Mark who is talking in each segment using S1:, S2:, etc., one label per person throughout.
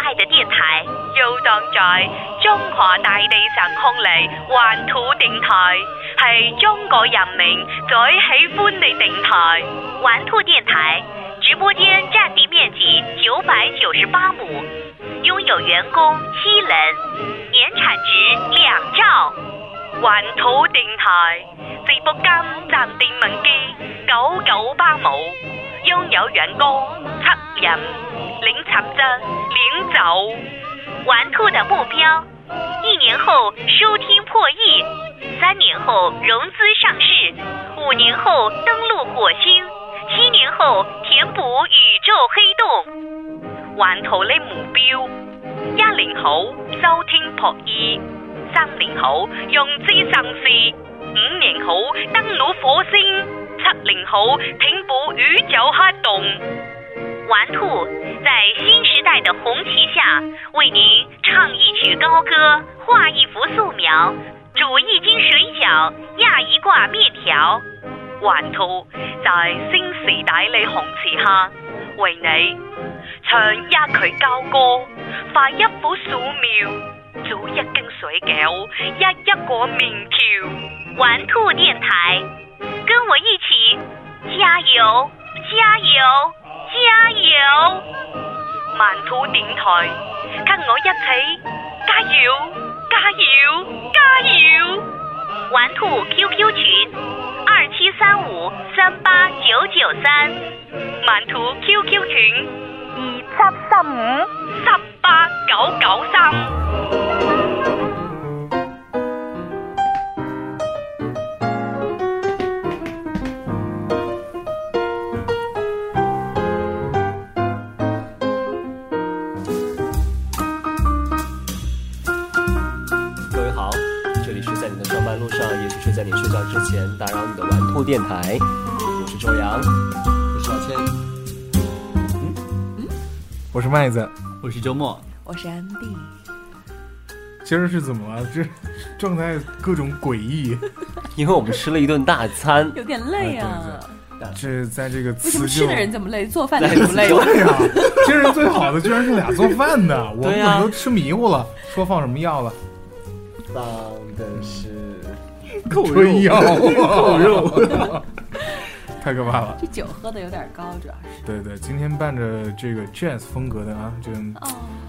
S1: 係要當在中華大地上空嚟環土定台，係中國人民最喜歡嘅定台。環兔電台直播間佔地面積九百九十八畝，擁有員工七人，年產值兩兆。環土電台直播間佔地面積九九八畝，擁有員工七人，零產值零走。玩兔的目標：一年後收聽破億，三年後融資上市，五年後登陸火星，七年後填補宇宙黑洞。環兔的目標：一年後收聽破億，三年後融資上市，五年後登陸火星，七年後填補宇宙黑洞。玩兔在新时代的红旗下，为您唱一曲高歌，画一幅素描，煮一斤水饺，压一挂面条。玩兔在新时代的红旗下，为你唱一曲高歌，画一幅素描，煮一斤水饺，压一个面条。玩兔电台，跟我一起加油，加油！加油！慢土电台，跟我一起加油，加油，加油！玩兔 QQ 群二七三五三八九九三，慢土 QQ 群二七三五三八九九三。
S2: 各位好，这里是在你的上班路上，也许是在你睡觉之前，打扰你的玩兔电台。我是周洋，我是小千，
S3: 我是麦子。
S4: 我是周末，
S5: 我是安迪，
S3: 今儿是怎么了？这状态各种诡异。
S2: 因为我们吃了一顿大餐，
S5: 有点累啊。
S3: 这在这个
S5: 为什
S3: 辞
S5: 么吃
S3: 旧
S5: 的人怎么累，做饭的人怎么累？
S3: 对呀、今儿最好的居然是俩做饭的，我
S2: 对
S3: 们
S2: 呀
S3: 怎
S5: 啊
S3: 么都吃迷糊了？说放什么药了？
S2: 放的是
S4: 扣
S3: 春药，扣肉， 太可怕了。
S5: 这酒喝的有点高，主要是
S3: 对对，今天伴着这个 jazz 风格的啊，这
S5: 哦，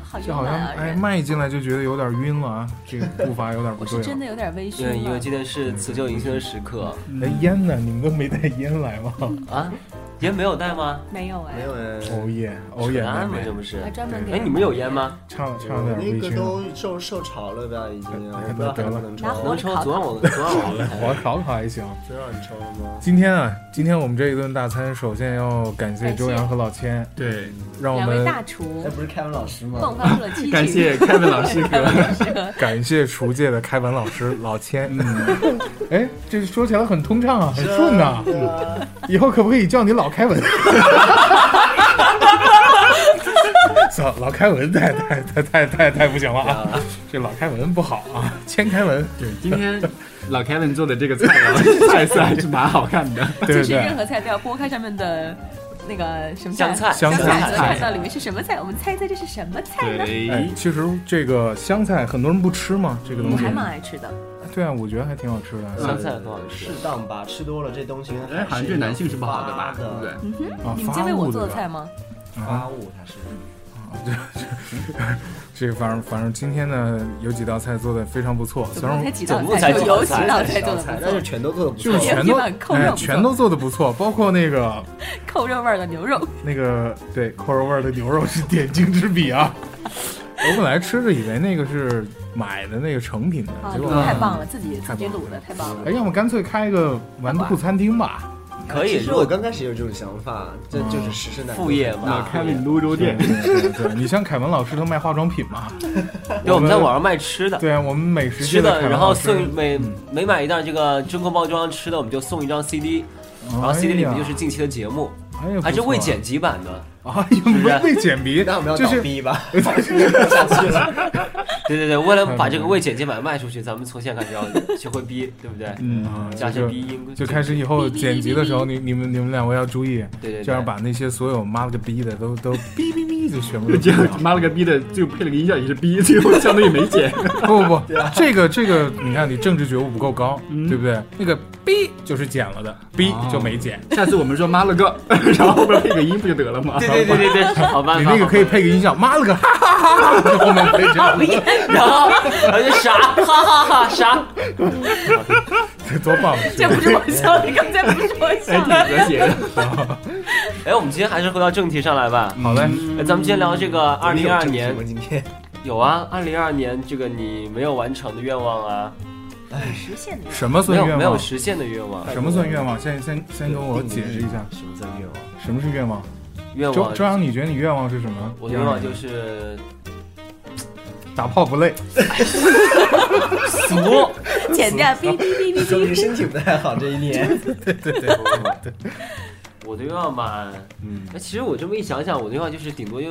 S5: 好慵
S3: 这好像
S5: 懒啊！
S3: 哎
S5: 人
S3: 麦一进来就觉得有点晕了啊，这个步伐有点不
S5: 我
S3: 对啊
S5: 是真
S3: 了。
S5: 的有点 微醺
S2: 因嗯
S5: 啊
S2: 为因为
S5: 了。
S2: 今天是辞旧迎新的时刻
S3: 哎，
S5: 嗯
S3: 烟呢？你们都没带烟来吗？
S2: 啊，烟没有带吗？
S5: 没有哎，
S3: 哦耶，哦耶，
S2: 啊，
S3: 妹妹
S2: 这不是
S5: 还？专门给
S2: 哎，你们有烟吗？
S3: 唱唱点微
S6: 那个
S3: 醺。
S6: 都受受潮了吧，啊已经，
S3: 哎
S6: 我不知道还能不能抽
S5: 拿。火
S2: 能抽？昨晚我昨晚我
S3: 我考考还行。
S6: 昨晚你抽了吗？
S3: 今天啊，今天我们这一顿大餐，首先要感谢周洋和老千，
S4: 对，
S3: 让我
S5: 两位
S3: 们
S5: 大厨
S6: 那不是凯文老师吗
S5: 迸？发出了期许。
S4: 感谢凯文老师 和
S3: 感谢厨界的开文老师老千。 哎，这说起来很通畅啊，很顺啊。以后可不可以叫你老开文？ 操，老开文太太太太太太不行了啊！这老开文不好啊，千开文，
S4: 对今天老凯文做的这个菜啊， 菜色还是蛮好看的。
S3: 对
S5: 就
S3: 对
S5: 是任
S3: 对，
S5: 何菜都要剥开上面的那个什 么
S2: 香菜
S5: 香
S3: 香菜
S5: 才能看到里面是什么菜。我们猜猜这是什么菜呢？
S3: 哎
S4: 对，，
S3: 其实这个香菜很多人不吃嘛，这个
S5: 我
S3: 东西
S5: 嗯还，蛮爱吃的，
S3: 对啊，我觉得还挺好吃的。
S7: 嗯
S2: 香菜很好吃
S6: 适。当吧，吃多了这东西跟
S4: 哎，好像对男性是不好的吧？对不
S6: 的
S4: 对？？
S3: 啊，
S5: 你们
S3: 发
S5: 见为我
S3: 物
S5: 做
S3: 的
S5: 的菜吗？
S6: 发物它是
S3: 这反正反正今天呢，有几道菜做的非常不错，虽然
S5: 才
S3: 我
S5: 几道
S2: 总共
S5: 菜，
S2: 才
S5: 就
S2: 几
S5: 有
S2: 道
S5: 几
S2: 菜
S5: 道菜做
S6: 烧
S5: 的
S6: 菜，
S5: 不
S6: 但
S5: 错
S6: 是，全都做的不
S3: 就
S6: 错
S3: 是。全都
S5: 铁板扣肉
S3: 哎
S5: 不错
S3: 全都做的不错，包括那个
S5: 扣肉味儿的牛肉。
S3: 那个对扣肉味儿的牛肉是点睛之笔啊。 我本来吃着以为那个是买的那个成品的，
S5: 啊，
S3: 结
S5: 你
S3: 果
S5: 们太
S3: 哎，
S5: 棒了，自己自己卤的太棒了。
S3: 要么干脆开一个玩兔餐厅吧。
S2: 可以
S6: 其实我刚开始有这种想法，这就是实施难度
S2: 副业
S6: 很
S4: 老
S2: 嘛
S6: 大。
S4: 凯文泸州
S3: 对
S4: 店，
S3: 对对对，你像凯文老师他卖化妆品嘛，
S2: 对，我们在网上卖吃的。
S3: 对啊，我们美食界
S2: 吃
S3: 的
S2: 的，
S3: 凯文
S2: 然后
S3: 老师，
S2: 送每每买一袋这个真空包装吃的，我们就送一张 CD，然后 CD 里面就是近期的节目，
S3: 哎呀，
S2: 还是未
S3: 未剪
S2: 剪辑版的。
S3: 啊，也不是未剪辑，
S6: 那我们要
S3: 就
S6: 倒
S3: 是
S6: 逼吧？
S2: 对对对，为了把这个未剪辑版卖出去，咱们从现在开始要学会逼，对不对？
S4: 嗯，
S2: 加一些逼音，
S3: 就开始以后剪辑的时候，你你们你们两位要注意，
S2: 对对对
S3: 这样把那些所有妈了个逼的都都哔哔哔一直学不
S4: 就
S3: 了
S4: 这样妈了个逼的，最后配了个音效也是逼， 最后相当于没 剪。
S3: 不不不，这个这个，你看你政治觉悟不够高，对不对？那个 B 就是剪了的，B
S4: 哦
S3: 就没剪。
S4: 下次我们说妈了个， 然后后面配个音不就得了 吗？
S7: 对对对对，好办法。
S3: 你那个 可以配个音效，妈了个哈哈哈哈，后面配这样，
S7: 然后然后就傻，哈哈哈傻。
S3: 多棒！
S5: 这不是我笑的，刚才不是我
S4: 哎，
S5: 笑
S4: 挺
S5: 的。
S4: 和谐的。
S7: 哎，我们今天还是回到正题上来吧。
S3: 嗯好嘞，
S7: 哎，咱们今天聊这个
S4: 嗯
S7: 二零二年
S6: 我，今天
S7: 有啊，二零二年这个你没有完成的愿望啊，
S5: 实现的
S3: 什么
S7: 没
S3: 算
S7: 有
S3: 愿
S7: 没有
S3: 望？
S7: 实现的愿望，
S3: 什么算愿望？先先先跟我解释一下，
S6: 什么叫
S5: 啊
S6: 愿望？
S3: 什么是愿望？
S7: 愿
S3: 周
S7: 望
S3: 周，洋，你觉得你愿望是什么？
S7: 我的愿望就是
S3: 打炮不累，
S7: 俗。
S5: 剪掉，哔哔哔哔
S6: 说
S5: 哔。
S6: 明身体不太好这一年。
S7: 我的愿望吧，嗯，那其实我这么一想想，我的愿望就是顶多就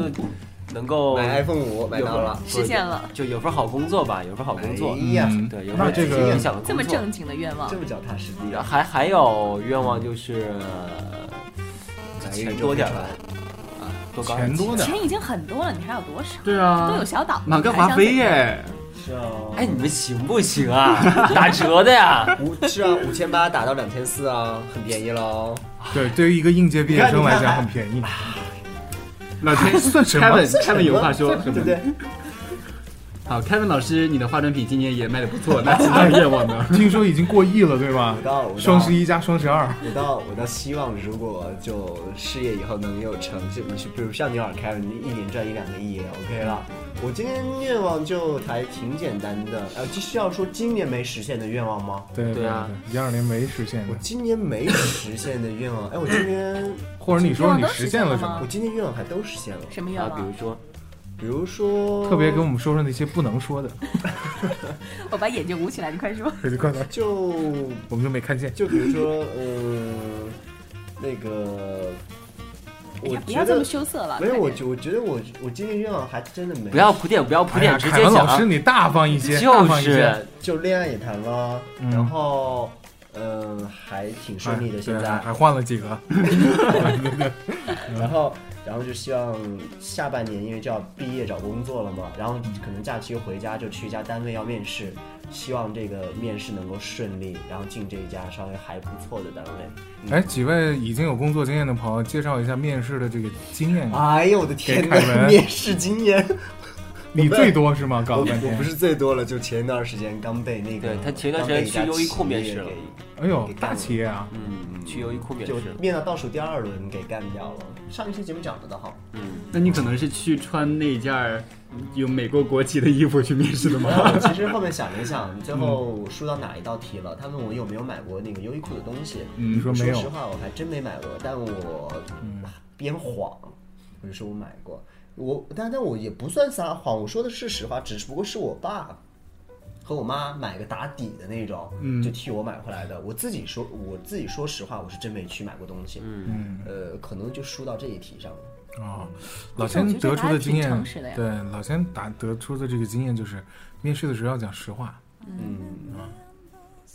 S7: 能够
S6: 买 iPhone 五买到了，
S5: 实现了，
S7: 就有份好工作吧，有份好工作
S6: 哎，呀，
S3: 嗯
S7: 对，有
S3: 那
S7: 份
S3: 这
S7: 自己
S3: 个
S7: 理想的工作。
S5: 这么正经的愿望
S6: 这，么脚踏实地
S7: 然
S6: 啊！
S7: 后还还有愿望就是呃钱多点儿吧，啊，多高点
S3: 钱多点儿，
S5: 钱已经很多了，你还有多少？
S4: 对
S5: 都有
S4: 啊，
S5: 小岛，
S4: 马克华菲耶，
S6: 是啊，
S7: 哎，你们行不行啊？ 打折的呀！
S6: 五是啊，五千八打到两千四啊，很便宜喽。
S3: 对，对于一个应届毕业生来讲很便 宜。
S4: 老天
S3: 算什么
S4: Kevin Kevin 有话说，
S6: 对不对？
S4: 好，Kevin 老师，你的化妆品今年也卖的不错，那其他的愿 望呢？
S3: 听说已经过亿了，对吧
S6: 我？到我
S3: 双十
S6: 一，
S3: 一加双十二，
S6: 我到我到希望，如果就事业以后能有成就，你是比如像牛尔开，你一年赚一两个亿也 OK 了。我今天愿望就还挺简单的，呃，这需要说今年没实现的愿望吗？
S3: 对
S7: 对啊，
S3: 一二年没实现
S6: 我
S3: 的，
S6: 今年没实现的愿望，哎，我今年
S3: 或者你说你实现了什
S5: 啊
S3: 么？
S6: 我今年愿望还都实现了，
S5: 什么愿
S7: 啊，比
S5: 望
S7: 如？说，
S6: 比如说
S3: 特别跟我们说说那些不能说的，
S5: 我把眼睛捂起来，你快说。
S3: 快点快点，
S6: 就
S3: 我们就没看见。
S6: 就比如说，嗯，那个，
S5: 哎
S6: 我
S5: 呀，不
S6: 觉
S5: 要这
S6: 得
S5: 么羞涩了。
S6: 没有，
S5: 快
S6: 我
S5: 点
S6: 觉我觉得我我今年愿望还真的没，
S7: 不要铺垫，不要铺
S3: 哎
S7: 垫，
S3: 呀，
S7: 直
S3: 凯
S7: 接
S3: 文
S7: 讲
S3: 老
S7: 啊
S3: 师，。你大方一些，大
S7: 就
S3: 方一些。
S7: 是
S6: 就恋爱也谈了，
S3: 嗯
S6: 然后嗯、还挺顺利的现
S3: 哎对
S6: 在，
S3: 还换了几个，
S6: 然后然后就希望下半年因为就要毕业找工作了嘛，然后可能假期又回家就去一家单位要面试，希望这个面试能够顺利，然后进这一家稍微还不错的单位。
S3: 哎，几位已经有工作经验的朋友，介绍一下面试的这个经验。啊
S7: 啊
S6: 哎呦我的天
S3: 给凯
S6: 呐，
S3: 文
S6: 面试经验。
S3: 你最多是吗？搞
S6: 我
S3: 了半
S6: 我
S3: 天
S6: 不。是最多了，就前一段时间刚被那个，
S7: 对他前段时间去优衣库面试了
S3: 哎呦，大企业啊！
S7: 嗯，去优衣库面
S6: 就
S7: 试，
S6: 面到倒数第二轮给干掉了。上一期节目讲的的哈，
S7: 嗯，
S4: 那你可能是去穿那件儿有美国国旗的衣服去面试的
S6: 然
S4: 吗？
S6: 后其实后面想了一想，最后输到哪一道题了？他问我有没有买过那个优衣库的东西，
S3: 你说没
S6: 说实
S3: 有？
S6: 话，我还真没买过，但我编谎，我就说我买过。我但但我也不算撒谎，我说的是实话，只不过是我爸和我妈买个打底的那种，就替我买回来的。我自己说，我自己说实话，我是真没去买过东西。嗯，呃，可能就输到这一题上了。
S3: 啊，老钱得出的经
S5: 我觉得大家挺
S3: 验
S5: 诚实的呀，
S3: 对老钱打得出的这个经验就是，面试的时候要讲实话。
S6: 嗯，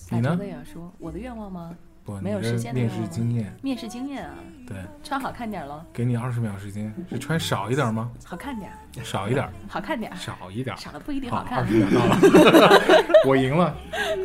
S3: 你呢
S5: 打折的也要说我的愿望吗？
S3: 不，
S5: 没有
S3: 你的
S5: 实现的
S3: 面
S5: 愿
S3: 试
S5: 望
S3: 经验，
S5: 面试经验啊，
S3: 对，
S5: 穿好看点儿喽，
S3: 给你二十秒时间，
S5: 嗯
S3: 是穿少一点吗？
S5: 好看点儿，
S3: 少一点，
S5: 好看点儿，
S3: 少一点。
S5: 少了不一定
S3: 好
S5: 好，看
S3: 二。十秒到了， 我赢了。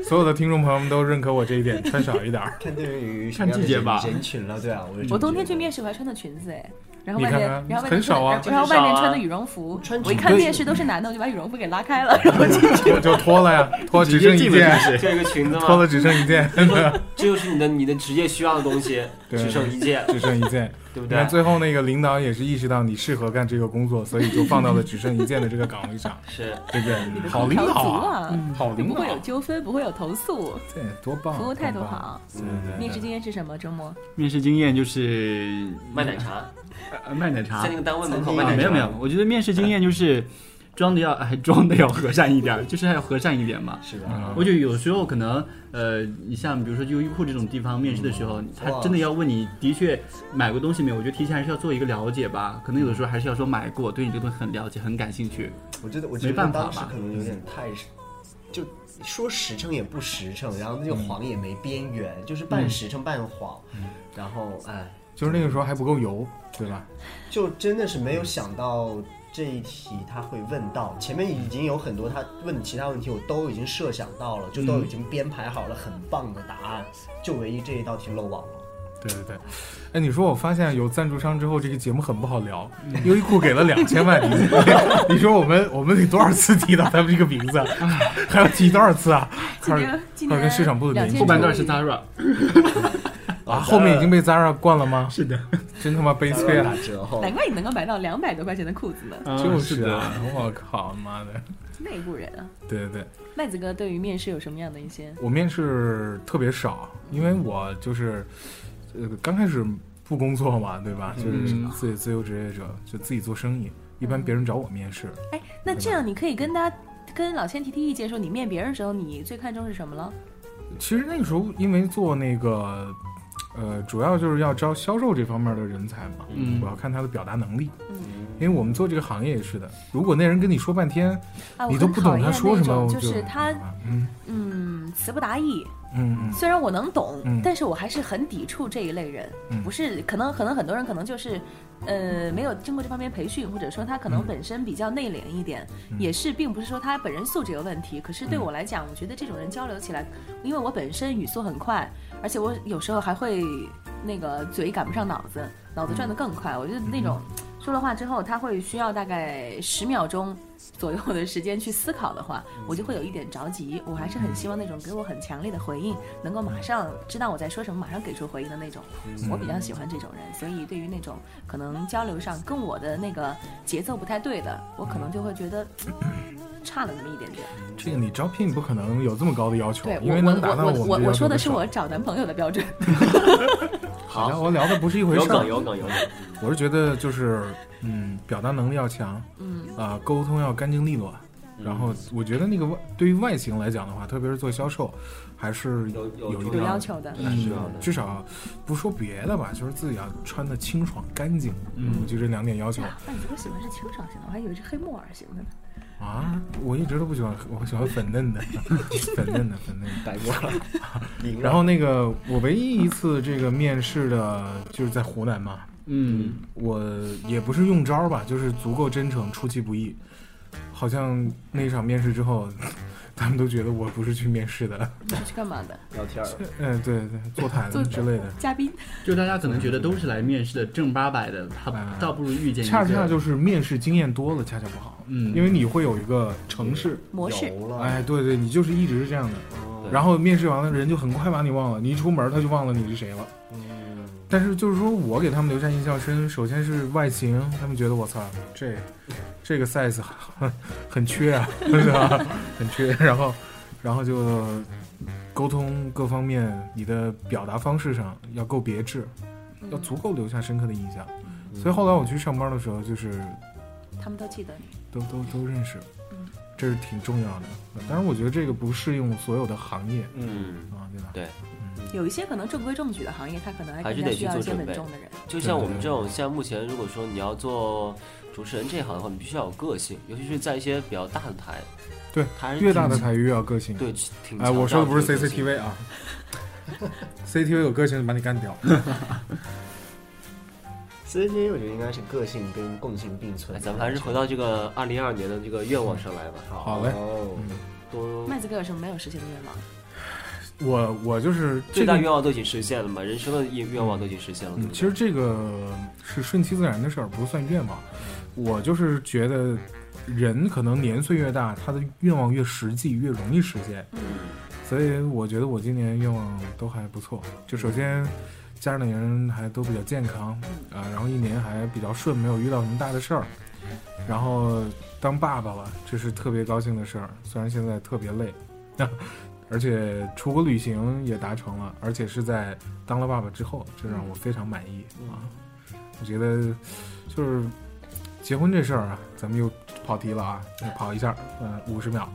S3: 所有的听众朋友们都认可我这一点，穿少一点儿。
S6: 看对于
S4: 看季节吧
S6: 人群了，对啊，我是
S5: 我冬天去面试，我还穿的裙子哎，然后
S3: 你
S5: 外面，
S3: 看看
S5: 然后外面
S3: 很少啊
S5: 穿然后外面穿的
S7: 很少啊
S5: 羽绒服
S6: 穿，
S5: 我一
S6: 裙
S5: 看
S6: 子
S5: 面试都是男的，我就把羽绒服给拉开了。
S3: 我就脱了呀，脱 只
S4: 直
S3: 剩
S4: 接
S3: 一
S4: 进
S3: 件，
S4: 了就是。
S7: 这个啊裙子
S3: 脱
S7: 吗？
S3: 了只剩一件，真的
S7: 这就是你的你的职业需要的东西，
S3: 对
S7: 只剩一件，
S3: 只剩一件。
S7: 对不
S3: 你
S7: 对
S3: 看？最后那个领导也是意识到你适合干这个工作，所以就放到了只剩一件的这个岗位上，
S7: 是，
S3: 对不对？好领
S5: 条
S3: 导
S5: 足
S3: 啊，
S5: 啊，
S7: 嗯
S3: 好
S5: 就
S3: 领
S5: 不
S3: 导
S5: 会，有纠纷，不会有投诉，
S3: 这多棒啊！
S5: 服务态度
S3: 多棒，
S5: 好。
S3: 对
S6: 嗯
S3: 对
S5: 面
S3: 对
S5: 试经验是什么？周末
S4: 面试经验就是
S7: 卖奶茶，
S4: 呃卖奶茶
S7: 在那个单位门口卖
S4: 啊，
S7: 奶
S4: 没有
S7: 茶，
S4: 没有，我觉得面试经验就是装的要还装的要和善一点儿，就是还要和善一点嘛。
S6: 是吧？
S4: 我就有时候可能，呃，你像比如说优衣库这种地方面试的时候，他真的要问你的确买过东西没有，我觉得提前还是要做一个了解吧。可能有的时候还是要说买过，对你这个东西很了解，很感兴趣。
S6: 我觉得，我觉
S4: 没
S6: 得
S4: 办法
S6: 当时
S4: 吧嗯
S6: 可能有点太，就说实诚也
S4: 嗯
S6: 不实诚，然后那个谎也没边缘，就是半实诚半谎，然后哎，
S3: 就是那个时候还不够油，对吧？
S6: 就真的是没有想到这一题他会问到，前面已经有很多他问的其他问题我都已经设想到了，就都
S4: 嗯
S6: 已经编排好了很棒的答案，就唯一这一道题漏网了。
S3: 对对对，哎，你说我发现有赞助商之后，这个节目很不好聊。
S4: 嗯
S3: 优衣库给了两千万，你 你说我们我们得多少次提到他们这个名字啊？还要提多少次啊？
S5: 今
S3: 快
S5: 天
S3: 点
S5: 今
S3: 快点
S5: 天
S3: 跟市场部的联系
S5: 2000
S4: 后半段是 Zara，
S3: 啊！后面已经被 Zara 灌了吗？
S4: 是的，
S3: 真他妈悲
S6: 当
S3: 催
S6: 然
S3: 啊
S6: 打！折后，
S5: 难怪你能够买到两百多块钱的裤子呢，
S3: 就是是啊
S4: 嗯的。，
S3: 我靠，妈的！
S5: 内部人啊。
S3: 对对对，
S5: 麦子哥对于面试有什么样的一些？
S3: 我面试特别少，因为我就是呃刚开始不工作嘛，对吧？就是
S4: 嗯
S3: 自自由职业者，就自己做生意。一
S5: 嗯
S3: 般别人找我面试，
S5: 哎，那这样你可以跟大家跟老千提提意见，说你面别人的时候，你最看重是什么了？
S3: 其实那个时候因为做那个，呃，主要就是要招销售这方面的人才嘛，
S4: 嗯
S3: 我要看他的表达能力。
S5: 嗯
S3: 因为我们做这个行业也是的，如果那人跟你说半天，
S5: 啊，我
S3: 你都
S5: 很
S3: 不
S5: 讨
S3: 懂他
S5: 厌
S3: 说
S5: 那
S3: 什么，
S5: 种
S3: 我
S5: 就是他
S3: 嗯
S5: 嗯词不达意，
S3: 嗯嗯，
S5: 虽然我能懂，
S3: 嗯
S5: 但是我还是很抵触这一类人。
S3: 嗯
S5: 不是，可能可能很多人可能就是，呃，没有经过这方面培训，或者说他可能
S3: 嗯
S5: 本身比较内敛一点，也是，并不是说他本人素质有问题。可是对我来讲，我觉得这种人交流起来，因为我本身语速很快，而且我有时候还会那个嘴赶不上脑子，脑子转得更快。我觉得那种。说了话之后，他会需要大概十秒钟左右的时间去思考的话，我就会有一点着急。我还是很希望那种给我很强烈的回应，能够马上知道我在说什么，马上给出回应的那种。我比较喜欢这种人，所以对于那种可能交流上跟我的那个节奏不太对的，我可能就会觉得。差了那么一点点，
S3: 这个你招聘不可能有这么高的要求
S5: 对，
S3: 哦因
S5: 我
S3: 为能达到
S5: 我我我
S3: 们
S5: 我
S3: 要求
S5: 说的是
S3: 少
S5: 我。找男朋友的标准，
S3: 好的，我聊的不是一回
S7: 有
S3: 事儿
S7: 梗。有梗有梗，
S3: 我是觉得就是，嗯，表达能力要强，
S5: 嗯，
S3: 啊、沟通要干净利落。然后我觉得那个外对于外形来讲的话，特别是做销售，还是
S7: 有有
S3: 有一
S7: 注
S5: 有
S7: 意
S5: 要
S3: 定
S5: 求的。
S7: 嗯是这样的
S3: 至少不说别的吧，就是自己要穿的清爽干净，
S4: 嗯
S3: 我就这两点要求
S5: 哎呀，那你这个喜欢是清爽型的，我还以为是黑木耳型的呢。
S3: 啊。我一直都不喜欢，我喜欢粉嫩的，粉嫩的，粉嫩的。
S6: 白过了，赢
S3: 然
S6: 了。
S3: 后那个我唯一一次这个面试的就是在湖南嘛，
S4: 嗯，
S3: 我也不是用招儿吧，就是足够真诚，出其不意。好像那场面试之后， 他们都觉得我不是去面试的，
S5: 你是去干嘛的？
S6: 聊天儿，
S3: 嗯，对对，座谈
S5: 做
S3: 之类的。
S5: 嘉宾。
S4: 就大家可能觉得都是来面试的正儿八百的，他
S3: 嗯
S4: 倒不如遇见一个
S3: 恰恰就是面试经验多了，恰恰不好，
S4: 嗯
S3: 因为你会有一个城市，
S5: 模式。
S6: 有了，
S3: 哎，对对，你就是一直是这样的，
S6: 嗯，
S3: 然后面试完了，人就很快把你忘了，你一出门他就忘了你是谁了。
S6: 嗯，
S3: 但是就是说我给他们留下印象深，首先是外形，他们觉得我操，这 这个 size 很 很缺啊，是吧？很缺。然后，然后就沟通各方面，你的表达方式上要够别致，
S5: 嗯
S3: 要足够留下深刻的印象。所以后来我去上班的时候，就是
S5: 他们都记得你。
S3: 都都都认识，这是挺重要的。当然，我觉得这个不适用所有的行业
S7: 嗯，
S3: 啊，对吧？
S7: 对。
S5: 有一些可能正规正矩的行业，他可能还
S7: 还是
S5: 更加
S7: 得
S5: 需要
S7: 去做
S5: 一些
S7: 准
S5: 稳
S7: 备
S5: 重的人。
S7: 就像我们这种，像目前如果说你要做主持人这行的话，你必须要有个性，尤其是在一些比较大的台，
S3: 对
S7: 它是
S3: 越大
S7: 挺
S3: 的才越要个性。
S7: 对，挺
S3: 哎，我说的不是
S7: 强调这个
S3: CCTV 啊，CCTV 有个性就把你干 掉。
S6: 所以这些我觉得应该是个性跟共性并
S7: 东西。
S6: 存。
S7: 哎，咱们还是回到这个二零二二年的这个愿望上来吧。好，
S3: 好嘞，
S6: 哦，
S7: 多
S5: 麦子哥有什么没有实现的愿望？
S3: 我我就是
S7: 最
S3: 这
S7: 大
S3: 个，
S7: 愿望都已经实现了嘛，人生的愿愿望都已经实现了。对
S3: 嗯
S7: 不对
S3: 其实这个是顺其自然的事儿，不算愿望。我就是觉得，人可能年岁越大，他的愿望越实际，越容易实现。所以我觉得我今年愿望都还不错。就首先，家里人还都比较健康啊、然后一年还比较顺，没有遇到什么大的事儿。然后当爸爸了，这是特别高兴的事儿，虽然现在特别累， 而且出国旅行也达成了，而且是在当了爸爸之后，这让我非常满意啊！我觉得就是结婚这事儿啊，咱们又跑题了啊，跑一下，嗯、5五十秒。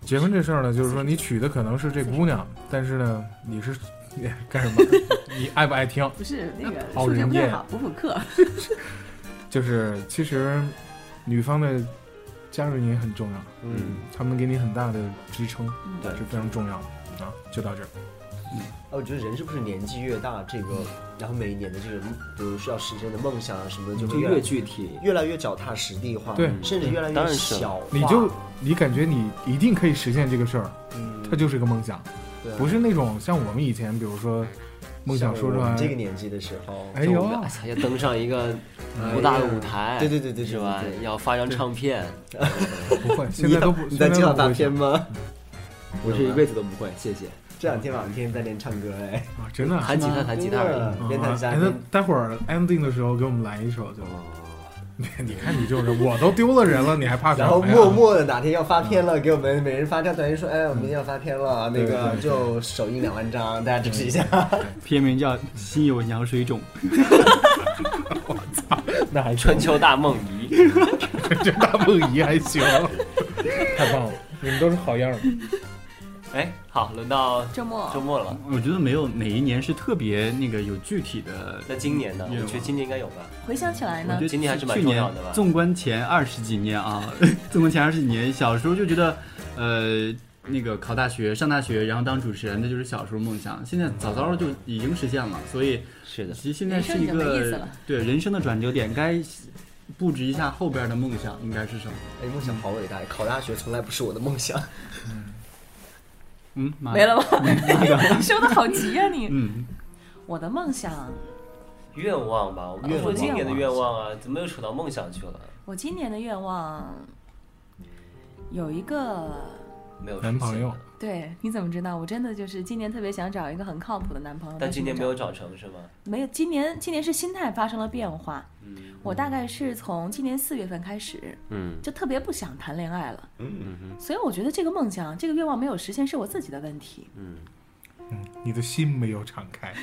S3: 结婚这事儿呢，就是说你娶的可能是这姑娘，但是呢，你是哎干什么？ 你爱不爱听？
S5: 不是那个
S3: 好
S5: 数学
S3: 人
S5: 不太
S3: 厌
S5: 好，补补课。
S3: 就是其实女方的加入你很重要，
S6: 嗯，
S3: 他们给你很大的支撑，
S5: 嗯
S7: 对
S3: 这非常重要啊！就到这儿，
S6: 啊，我觉得人是不是年纪越大，这个然后每一年的这个，比如是要实现的梦想啊什么的，就
S7: 就
S6: 会
S7: 越
S6: 来
S7: 具体。
S6: 越来越脚踏实地化，
S3: 对
S6: 甚至越来
S7: 当
S6: 越
S7: 然是
S6: 小化。
S3: 你就你感觉你一定可以实现这个事儿，
S6: 嗯
S3: 它就是个梦想，
S6: 对啊
S3: 不是那种像我们以前，比如说梦想说出
S6: 像我
S3: 来
S6: 们，这个年纪的时候，
S3: 哎呦，
S7: 哎操，要登上一个多大的舞台，
S6: 哎对对对对对
S7: 哎是吧
S6: 对对？对
S7: 要发张唱片，
S3: 不 会，现在都不，
S6: 你在
S3: 现
S6: 计
S3: 在
S6: 划
S3: 都不
S6: 大
S3: 会
S6: 片吗？
S7: 我这一辈子都不会。谢谢，
S6: 这两天晚上天天在练唱歌哎，
S3: 啊，真的啊。
S7: 弹吉他，弹吉他而
S6: 真
S7: 已。
S6: 的边弹
S3: 啊
S6: 吉他
S3: 哎那
S6: 边哦
S3: 待会儿 ending 的时候给我们来一首就。 你看你这种人，我都丢了人了，你还怕什么呀？
S6: 然后默默的哪天要发片了，给我们每人发张短信说，哎，我明天要发片了，那个就首映两万张，大家支持一下。
S7: 嗯
S4: 片名叫《心有羊水肿》。
S3: 那还
S7: 春秋大梦遗，
S3: 这大梦遗还 行，太棒了，你们都是好样儿的。
S7: 哎，好，轮到
S5: 周末
S7: 周末了。
S4: 我觉得没有哪一年是特别那个有具体的
S7: 那今年呢？我
S4: 有
S7: 觉得今年应该有吧。
S5: 回想起来
S4: 我
S5: 呢
S4: 觉，得
S7: 今年还是蛮
S4: 去
S7: 重
S4: 年
S7: 要的吧
S4: 纵观前二十几年啊， 纵观前二十几年，小时候就觉得，呃，那个考大学、上大学，然后当主持人，这就是小时候梦想。现在早早的就已经实现了，所以
S7: 是的，
S4: 其实现在
S5: 人生
S4: 是一
S5: 已经没意思
S4: 个
S5: 了
S4: 对人生的转折点，该布置一下后边的梦想应该是什么？
S6: 哎，梦想好伟大！考大学从来不是我的梦想。
S4: 嗯，妈
S5: 没了吗？ 说的好急呀、你！
S4: 嗯，
S5: 我的梦想，
S7: 愿望吧，我们
S6: 愿
S7: 说
S6: 望
S7: 今年的愿望啊，怎么又扯到梦想去了？
S5: 我今年的愿望有一个，
S7: 没有实
S3: 男朋
S7: 现
S3: 友
S7: 的，
S5: 对，你怎么知道？我真的就是今年特别想找一个很靠谱的男朋友，
S7: 但今年
S5: 是
S7: 没有找成是吗？
S5: 没有，今年今年是心态发生了变化。我大概是从今年四月份开始，
S7: 嗯，
S5: 就特别不想谈恋爱了。所以我觉得这个梦想、这个愿望没有实现是我自己的问题。
S3: 嗯，你的心没有敞开，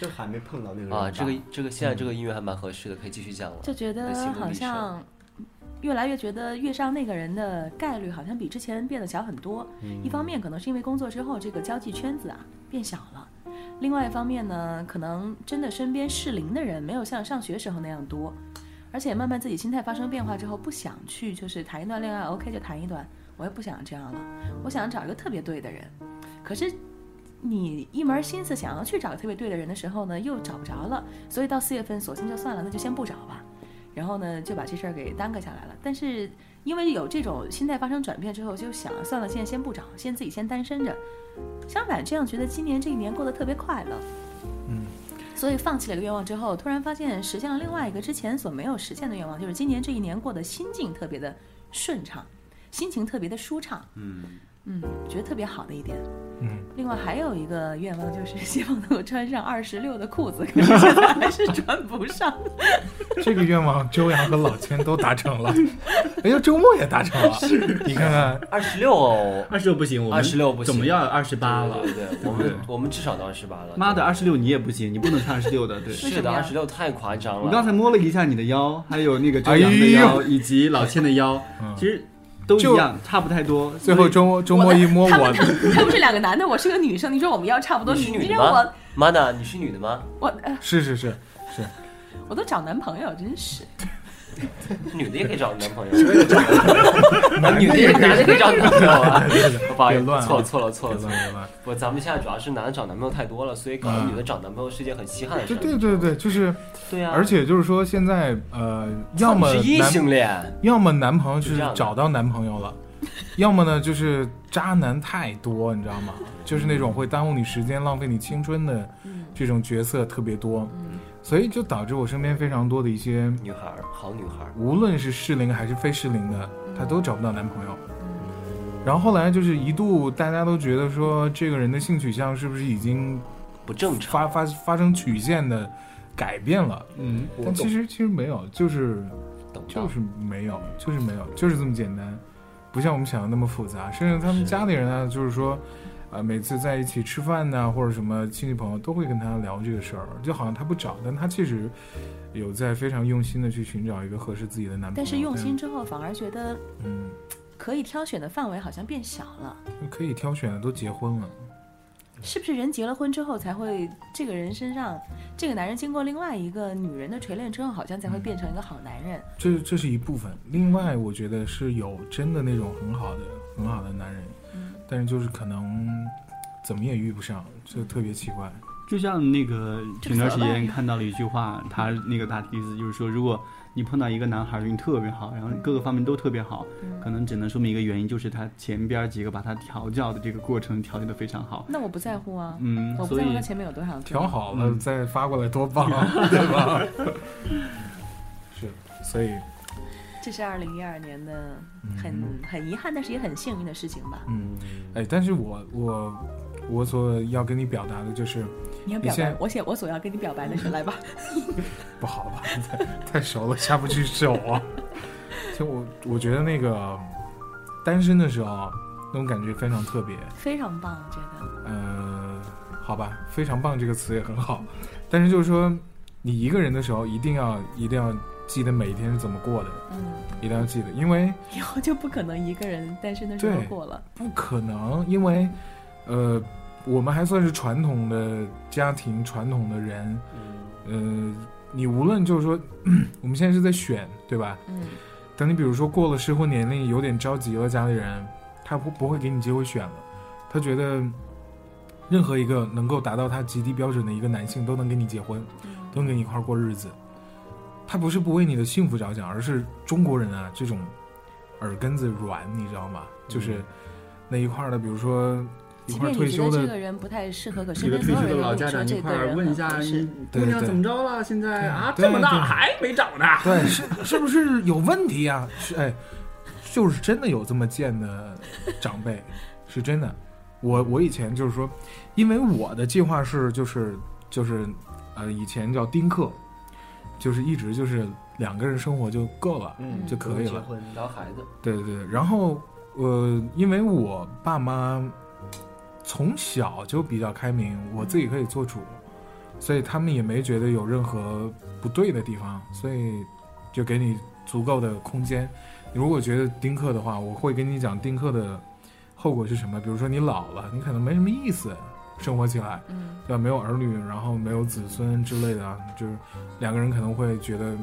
S6: 就还没碰到那种
S7: 啊，这个这个现在这个音乐还蛮合适的，可以继续讲了。
S5: 就觉
S7: 你
S5: 得
S7: 的心路
S5: 好
S7: 历程
S5: 像越来越觉得遇上那个人的概率好像比之前变得小很多。
S7: 嗯
S5: 一方面可能是因为工作之后这个交际圈子啊变小了，另外一方面呢，可能真的身边适龄的人没有像上学时候那样多，而且慢慢自己心态发生变化之后，不想去就是谈一段恋爱，OK 就谈一段，我也不想这样了，我想找一个特别对的人。可是你一门心思想要去找特别对的人的时候呢，又找不着了，所以到四月份索性就算了，那就先不找吧。然后呢，就把这事儿给耽搁下来了。但是因为有这种心态发生转变之后，就想算了，现在先不找，先自己先单身着。相反，这样觉得今年这一年过得特别快乐。
S3: 嗯，
S5: 所以放弃了一个愿望之后，突然发现实现了另外一个之前所没有实现的愿望，就是今年这一年过得心境特别的顺畅，心情特别的舒畅。嗯嗯，觉得特别好的一点。
S3: 嗯，
S5: 另外还有一个愿望就是希望能够穿上二十六的裤子，可是现在还是穿不上。
S3: 这个愿望周洋和老千都达成了，哎呀，周末也达成了，你看看，
S7: 二十六哦，
S4: 二十六不行，我们
S7: 26不行
S4: 怎么要二十八了？
S7: 对对对，我们我们至少到二十八了。
S4: 妈的，二十六你也不行，你不能穿二十六的， 对。
S5: 为
S7: 是
S5: 什
S7: 的，
S5: 么呀
S7: 二十六太夸张了。
S4: 我刚才摸了一下你的腰，还有那个周洋的
S3: 哎
S4: 腰，以及老千的腰，其实都一样，差不太多。
S3: 嗯最
S4: 所
S3: 后
S4: 以
S3: 周末周末一摸
S5: 他们
S3: 我，
S5: 他他们是两个男的，我是个女生，你说我们要差不多，
S7: 你是女的
S5: 让
S7: 吗
S5: 我？
S7: 妈的，你是女的吗？
S5: 我呃
S3: 是是是，
S5: 我都找男朋友，真是
S7: 女的也可以找男朋 友，男女的也男的可以找男朋友 啊。不好意
S3: 别乱啊
S7: 思，错了错了错了
S3: 别
S7: 错
S3: 乱
S7: 了。
S3: 别乱，
S7: 不，咱们现在主要是男的找男朋友太多了，所以搞得女的找男朋友是件很稀罕的事
S3: 对
S7: 儿。
S3: 对对对，就是，
S7: 对啊，
S3: 而且就是说现在呃，要么
S7: 你是异
S3: 男
S7: 性恋，
S3: 要么男朋友就
S7: 就这
S3: 是
S7: 样的
S3: 找到男朋友了，要么呢就是渣男太多，你知道吗？就是那种会耽误你时间、浪费你青春的这种角色特别多，所以就导致我身边非常多的一些，
S7: 女孩儿，好女孩儿。
S3: 无论是适龄还是非适龄的，她都找不到男朋友。然后后来就是一度大家都觉得说这个人的性取向是不是已经
S7: 不正常。
S3: 发发发生曲线的改变了？
S4: 嗯，
S3: 但其实其实没有，就是
S7: 懂到
S3: 就是没有，就是没有，就是这么简单，不像我们想的那么复杂。甚至他们家里人啊，就是说，呃，每次在一起吃饭呐、或者什么亲戚朋友都会跟他聊这个事儿，就好像他不找，但他确实有在非常用心的去寻找一个合适自己的男朋友。
S5: 但是用心，之后反而觉得
S3: 嗯，
S5: 可以挑选的范围好像变小了，
S3: 可以挑选的都结婚了，
S5: 是不是人结了婚之后才会这个人身上这个男人经过另外一个女人的锤炼之后，好像才
S3: 嗯
S5: 会变成一个好男人？
S3: 这这是一部分。另外，我觉
S5: 嗯
S3: 得是有真的那种很好的很好的男人，但是就是可能怎么也遇不上，就特别奇怪。
S4: 就像那个
S5: 这个
S4: 前段
S5: 怎
S4: 时
S5: 么
S4: 间
S5: 办
S4: 看到了一句话，他那个大意思就是说，如果你碰到一个男孩儿运特别好，然后各个方面都特别好，
S3: 嗯
S4: 可能只能说明一个原因，就是他前边儿几个把他调教的这个过程调教的非常好。
S5: 那我不在乎啊，
S4: 嗯
S5: 我不
S4: 所
S5: 在乎
S4: 以
S5: 他前面有多少个
S3: 调。好了再发过来多棒，啊 对吧？是，所以
S5: 这是二零一二年的很很遗憾，但是也很幸运的事情吧。
S3: 嗯，哎，但是我我我所要跟你表达的就是
S5: 你要表
S3: 你
S5: 白
S3: 先，
S5: 我写我所要跟你表白的是来吧，
S3: 不好吧，太太熟了，下不去手啊。就我我觉得那个单身的时候那种感觉非常特别，
S5: 非常棒，我觉得
S3: 呃，好吧，非常棒这个词也很好，但是就是说你一个人的时候一定要一定要记得每一天是怎么过的，
S5: 嗯，
S3: 一定要记得，因为。
S5: 以后就不可能一个人单身的时候
S3: 对
S5: 过了。嗯
S3: 不可能，因为，呃，我们还算是传统的家庭，传统的人，呃，你无论就是说， 我们现在是在选，对吧？
S5: 嗯，
S3: 等你比如说过了适婚年龄，有点着急了，家里人他不不会给你机会选了，他觉得任何一个能够达到他极低标准的一个男性都能跟你结婚，
S5: 嗯
S3: 都能跟你一块儿过日子。他不是不为你的幸福着想，而是中国人啊这种耳根子软，你知道吗？就是那一块儿的，比如说一
S5: 即
S3: 块儿
S5: 便
S3: 退
S5: 你觉
S3: 休
S5: 得这
S3: 的
S5: 个人不太适合，可
S4: 几
S5: 身
S4: 个
S5: 边所有
S4: 退休的
S5: 人
S4: 老
S5: 都跟
S4: 家
S5: 你
S4: 长
S5: 说
S4: 一
S5: 这
S4: 块
S5: 个
S4: 儿
S5: 人啊
S4: 问一
S5: 很
S4: 下
S5: 合
S4: 你
S5: 适。
S3: 对
S4: 姑娘
S3: 对
S4: 怎么着了？现在啊
S3: 对
S4: 这么
S3: 对
S4: 大还没找呢？
S3: 对，是是不是有问题呀、是哎，就是真的有这么贱的长辈，是真的。我我以前就是说，因为我的计划是就是就是呃，以前叫丁克，就是一直就是两个人生活就够了，
S6: 嗯
S3: 就可以
S6: 结
S3: 了。
S6: 婚
S7: 然后孩子，
S3: 对对对，然后呃，因为我爸妈从小就比较开明，我自己可以做主，所以他们也没觉得有任何不对的地方，所以就给你足够的空间。你如果觉得丁克的话，我会跟你讲丁克的后果是什么，比如说你老了，你可能没什么意思，生活起来，
S5: 嗯
S3: 对吧？没有儿女，然后没有子孙之类的啊，就是两个人可能会觉得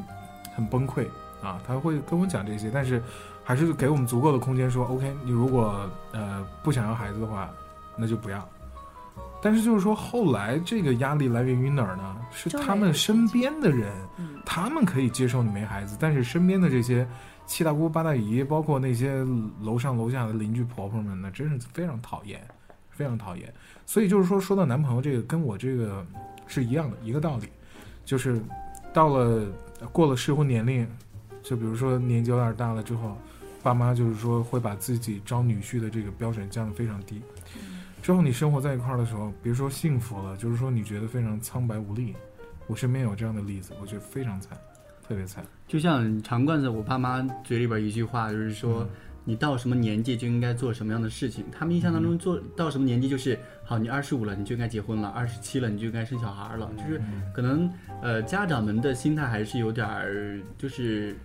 S3: 很崩溃啊。他会跟我讲这些，但是还是给我们足够的空间说，OK，你如果呃不想要孩子的话，那就不要。但是就是说，后来这个压力来源于哪儿呢？是
S5: 周围
S3: 他
S5: 的
S3: 们身
S5: 环境
S3: 边的人，
S5: 嗯，
S3: 他们可以接受你没孩子，但是身边的这些七大姑八大姨，包括那些楼上楼下的邻居婆婆们，那真是非常讨厌，非常讨厌。所以就是说，说到男朋友这个，跟我这个是一样的一个道理，就是到了过了适婚年龄，就比如说年纪有点大了之后，爸妈就是说会把自己招女婿的这个标准降得非常低。
S5: 嗯
S3: 之后你生活在一块儿的时候，别说幸福了，就是说你觉得非常苍白无力。我身边有这样的例子，我觉得非常惨，特别惨。
S4: 就像常惯在我爸妈嘴里边一句话，就是说、你到什么年纪就应该做什么样的事情。他们印象当中做到什么年纪就是，好，你二十五了你就应该结婚了，二十七了你就应该生小孩了，就是可能呃家长们的心态还是有点儿就是。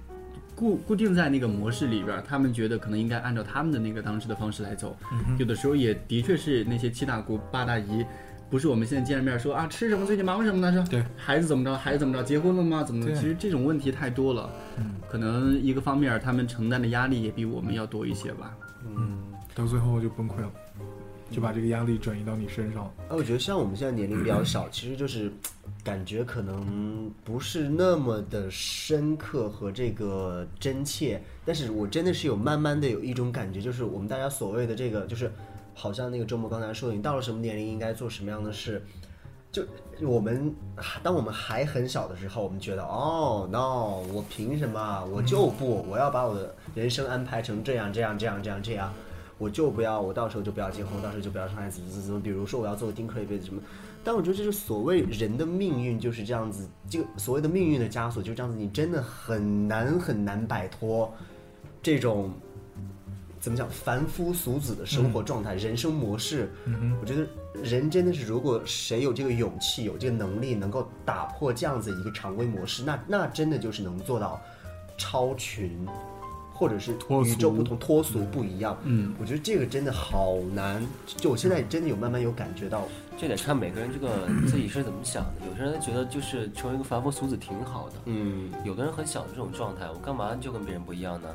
S4: 固固定在那个模式里边儿，他们觉得可能应该按照他们的那个当时的方式来走。
S3: 嗯
S4: 有的时候也的确是那些七大姑八大姨，不是我们现在见着面说啊吃什么最近忙什么呢？说
S3: 对
S4: 孩子怎么着，孩子怎么着，结婚了吗？怎么着？
S3: 对嗯
S4: 其实这种问题太多了。可能一个方面，他们承担的压力也比我们要多一些吧。
S3: 到最后就崩溃了，
S5: 嗯
S3: 就把这个压力转移到你身上了。
S6: 哎，我觉得像我们现在年龄 比较小，其实就是感觉可能不是那么的深刻和这个真切，但是我真的是有慢慢的有一种感觉，就是我们大家所谓的这个，就是好像那个周末刚才说的，你到了什么年龄应该做什么样的事。就我们，当我们还很小的时候，我们觉得哦，no，我凭什么？啊我就不，我要把我的人生安排成这样这样这样这样这样，我就不要，我到时候就不要结婚，我到时候就不要生孩子，怎么怎么？比如说我要做个丁克一辈子什么？但我觉得这是所谓人的命运就是这样子，这个所谓的命运的枷锁就是这样子，你真的很难很难摆脱这种怎么讲凡夫俗子的生活状态、人生模式。我觉得人真的是，如果谁有这个勇气、有这个能力，能够打破这样子一个常规模式，那那真的就是能做到超群，或者是
S3: 脱俗
S6: 与众不同、脱俗不一样。嗯，我觉得这个真的好难。就我现在真的有慢慢有感觉到，
S7: 这得看每个人这个自己是怎么想的。有些人觉得就是成为一个凡夫俗子挺好的，
S6: 嗯，
S7: 有的人很享受这种状态，我干嘛就跟别人不一样呢？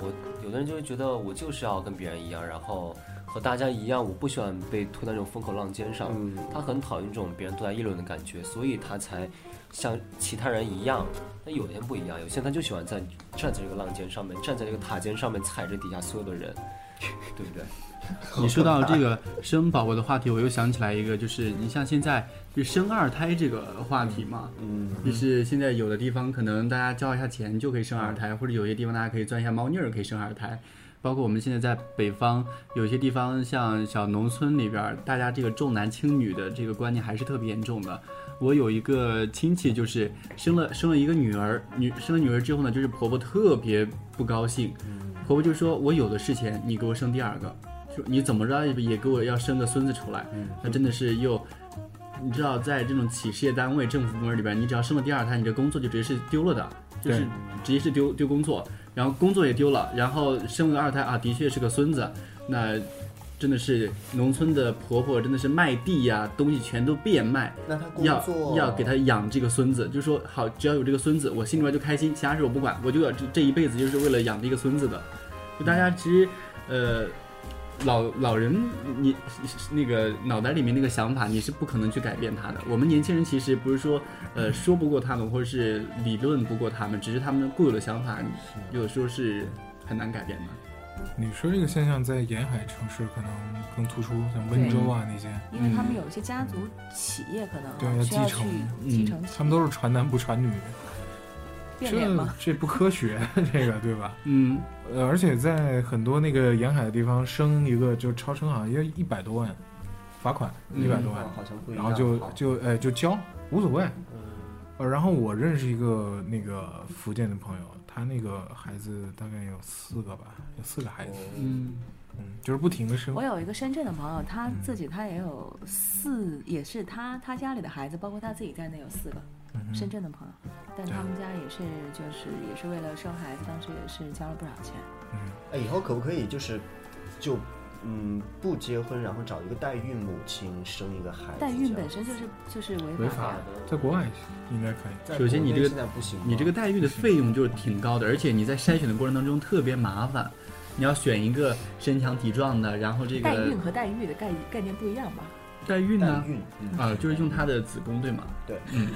S7: 我有的人就会觉得我就是要跟别人一样，然后和大家一样，我不喜欢被拖在那种风口浪尖上。
S6: 嗯
S7: 他很讨厌这种别人都在议论的感觉，所以他才像其他人一样。但有些人不一样，有些人他就喜欢在站在这个浪尖上面，站在这个塔尖上面踩着底下所有的人，对不对？
S4: 你说到这个生宝宝的话题，我又想起来一个，就是你像现在就生二胎这个话题嘛，
S6: 嗯，
S4: 就是现在有的地方可能大家交一下钱就可以生二胎，或者有些地方大家可以钻一下猫腻儿可以生二胎。包括我们现在在北方，有些地方像小农村里边儿，大家这个重男轻女的这个观念还是特别严重的。我有一个亲戚，就是生了生了一个女儿，女生了女儿之后呢，就是婆婆特别不高兴，婆婆就说：“我有的是钱，你给我生第二个，就你怎么着也给我要生个孙子出来。”那真的是又你知道，在这种企事业单位、政府部门里边，你只要生了第二胎，你这工作就直接是丢了的，就是
S3: 对
S4: 直接是丢丢工作，然后工作也丢了，然后生了个二胎啊，的确是个孙子，那真的是农村的婆婆真的是卖地呀、东西全都变卖，
S6: 那他工
S4: 要
S6: 作
S4: 要给他养这个孙子，就说好，只要有这个孙子，我心里边就开心，其他事我不管，我就要这这一辈子就是为了养这个孙子的。就大家其实，呃，老老人你那个脑袋里面那个想法，你是不可能去改变他的。我们年轻人其实不是说，呃，说不过他们，或者是理论不过他们，只是他们固有的想法，有的时候是很难改变的。
S3: 你说这个现象在沿海城市可能更突出，像温州啊那些，
S5: 因为他们有一些家族企业可
S3: 对要
S5: 能需要
S3: 继
S5: 去
S3: 承
S4: 嗯
S5: 继承企业，
S3: 他们都是传男不传女，
S5: 变脸
S3: 这
S5: 嘛。
S3: 这不科学，这个对吧？
S4: 嗯，
S3: 呃，而且在很多那个沿海的地方，生一个就超生好像要一百多万，罚款一百多万，
S6: 哦好像不一
S3: 然
S6: 样，
S3: 后就
S6: 好
S3: 就呃就交无所谓。
S6: 嗯
S3: 呃，然后我认识一个那个福建的朋友，他那个孩子大概有四个吧，有四个
S6: 哦
S3: 孩子，
S4: 嗯，
S3: 嗯，就是不停的生
S5: 我。有一个深圳的朋友，他自己他也有四，也是他他家里的孩子，包括他自己在内有四个。
S3: 嗯
S5: 深圳的朋友，但他们家也是就是也是为了生孩子，当时也是交了不少钱。
S6: 哎，以后可不可以就是就嗯不结婚，然后找一个代孕母亲生一个孩子？
S5: 代孕
S6: 这
S5: 本
S6: 样
S5: 身就是就是
S3: 违
S5: 违
S4: 啊
S3: 法
S7: 啊
S5: 的，
S3: 在国外应该可以，
S6: 在
S4: 首先
S6: 国
S4: 你
S6: 内
S4: 这个
S6: 现在不行吗，
S4: 你这个代孕的费用就是挺高的，而且你在筛选的过程当中特别麻烦，你要选一个身强体壮的，然后这
S5: 代
S4: 个
S5: 孕和代育的概概念不一样吧？
S4: 代孕
S6: 代
S4: 呢，
S6: 孕，嗯
S4: 啊，就是用她的子宫对吗？
S6: 对，
S4: 嗯，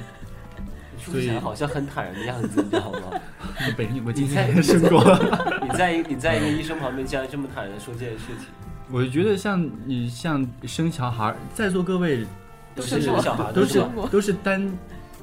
S7: 说起来好像很坦然的样子，你知道吗？
S4: 你本身有过经
S7: 你在
S4: 验生过。
S7: 你在一你在一个医生旁边，竟然这么坦然的说这件事情，
S4: 我觉得像你像生小孩儿，在座各位
S7: 啊都
S5: 是
S7: 是
S5: 我
S7: 小孩
S4: 都
S7: 是
S4: 是
S7: 吧
S4: 都是单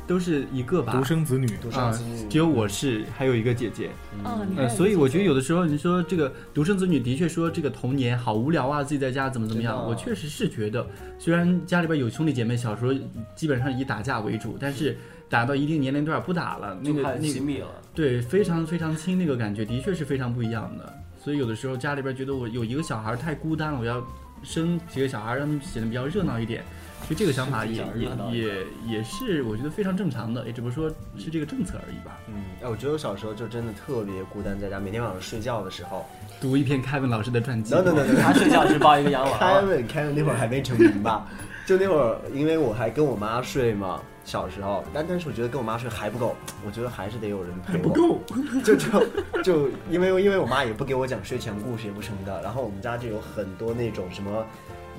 S4: 都是一个吧，
S3: 独生子女，
S6: 独生
S4: 啊
S6: 子女，，
S4: 只有我是，还有一个姐姐。
S5: 哦，你
S4: 呃，
S5: 看
S4: 所以我觉得有的时候你说这个独生子女的确说这个童年好无聊啊，自己在家怎么怎么样，
S6: 真的
S4: 我确实是觉得，虽然家里边有兄弟姐妹，小时候基本上以打架为主，但是打到一定年龄段不打了，那
S7: 就
S4: 个
S7: 快
S4: 那
S7: 七
S4: 个
S7: 米了。
S4: 对非常非常亲那个感觉，的确是非常不一样的。所以有的时候家里边觉得我有一个小孩太孤单了，我要生几个小孩让他们显得比较热闹一点。其实这个想法
S7: 是比
S4: 也
S7: 较
S4: 也
S7: 热闹一
S4: 也也是我觉得非常正常的，也只不过说是这个政策而已吧。
S6: 嗯，哎，我觉得我小时候就真的特别孤单，在家每天晚上睡觉的时候
S4: 读一篇凯文老师的传记。
S6: ，no no no no，
S7: 他睡觉是抱一个洋娃
S6: 开
S7: 娃，
S6: 文开文那会儿还没成名吧， 就那会儿，因为我还跟我妈睡嘛，小时候，但但是我觉得跟我妈睡还不够，我觉得还是得有人陪我。不够， 就就就因为因为我妈也不给我讲睡前故事也不什么的，然后我们家就有很多那种什么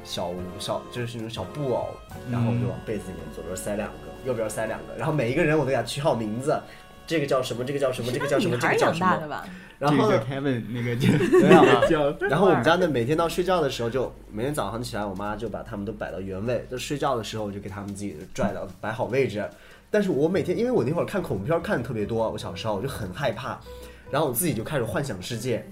S6: 小小就是那种小布偶，然后我就往被子里面左边塞两个，右边塞两个，然后每一个人我都给他取好名字，这个叫什么，这个叫什么，这个叫什么，
S5: 是
S6: 这
S5: 那
S6: 个
S5: 女孩
S6: 叫
S5: 长
S6: 什
S5: 大
S6: 么
S5: 的，吧？
S6: 然后
S4: 这
S6: 呢
S4: 个叫 Kevin 那个就
S7: 啊
S4: 叫
S6: 然后我们家呢，每天到睡觉的时候就，每天早上起来，我妈就把他们都摆到原位。就睡觉的时候，我就给他们自己拽到摆好位置。但是我每天，因为我那会儿看恐怖片看的特别多，我小时候我就很害怕，然后我自己就开始幻想世界。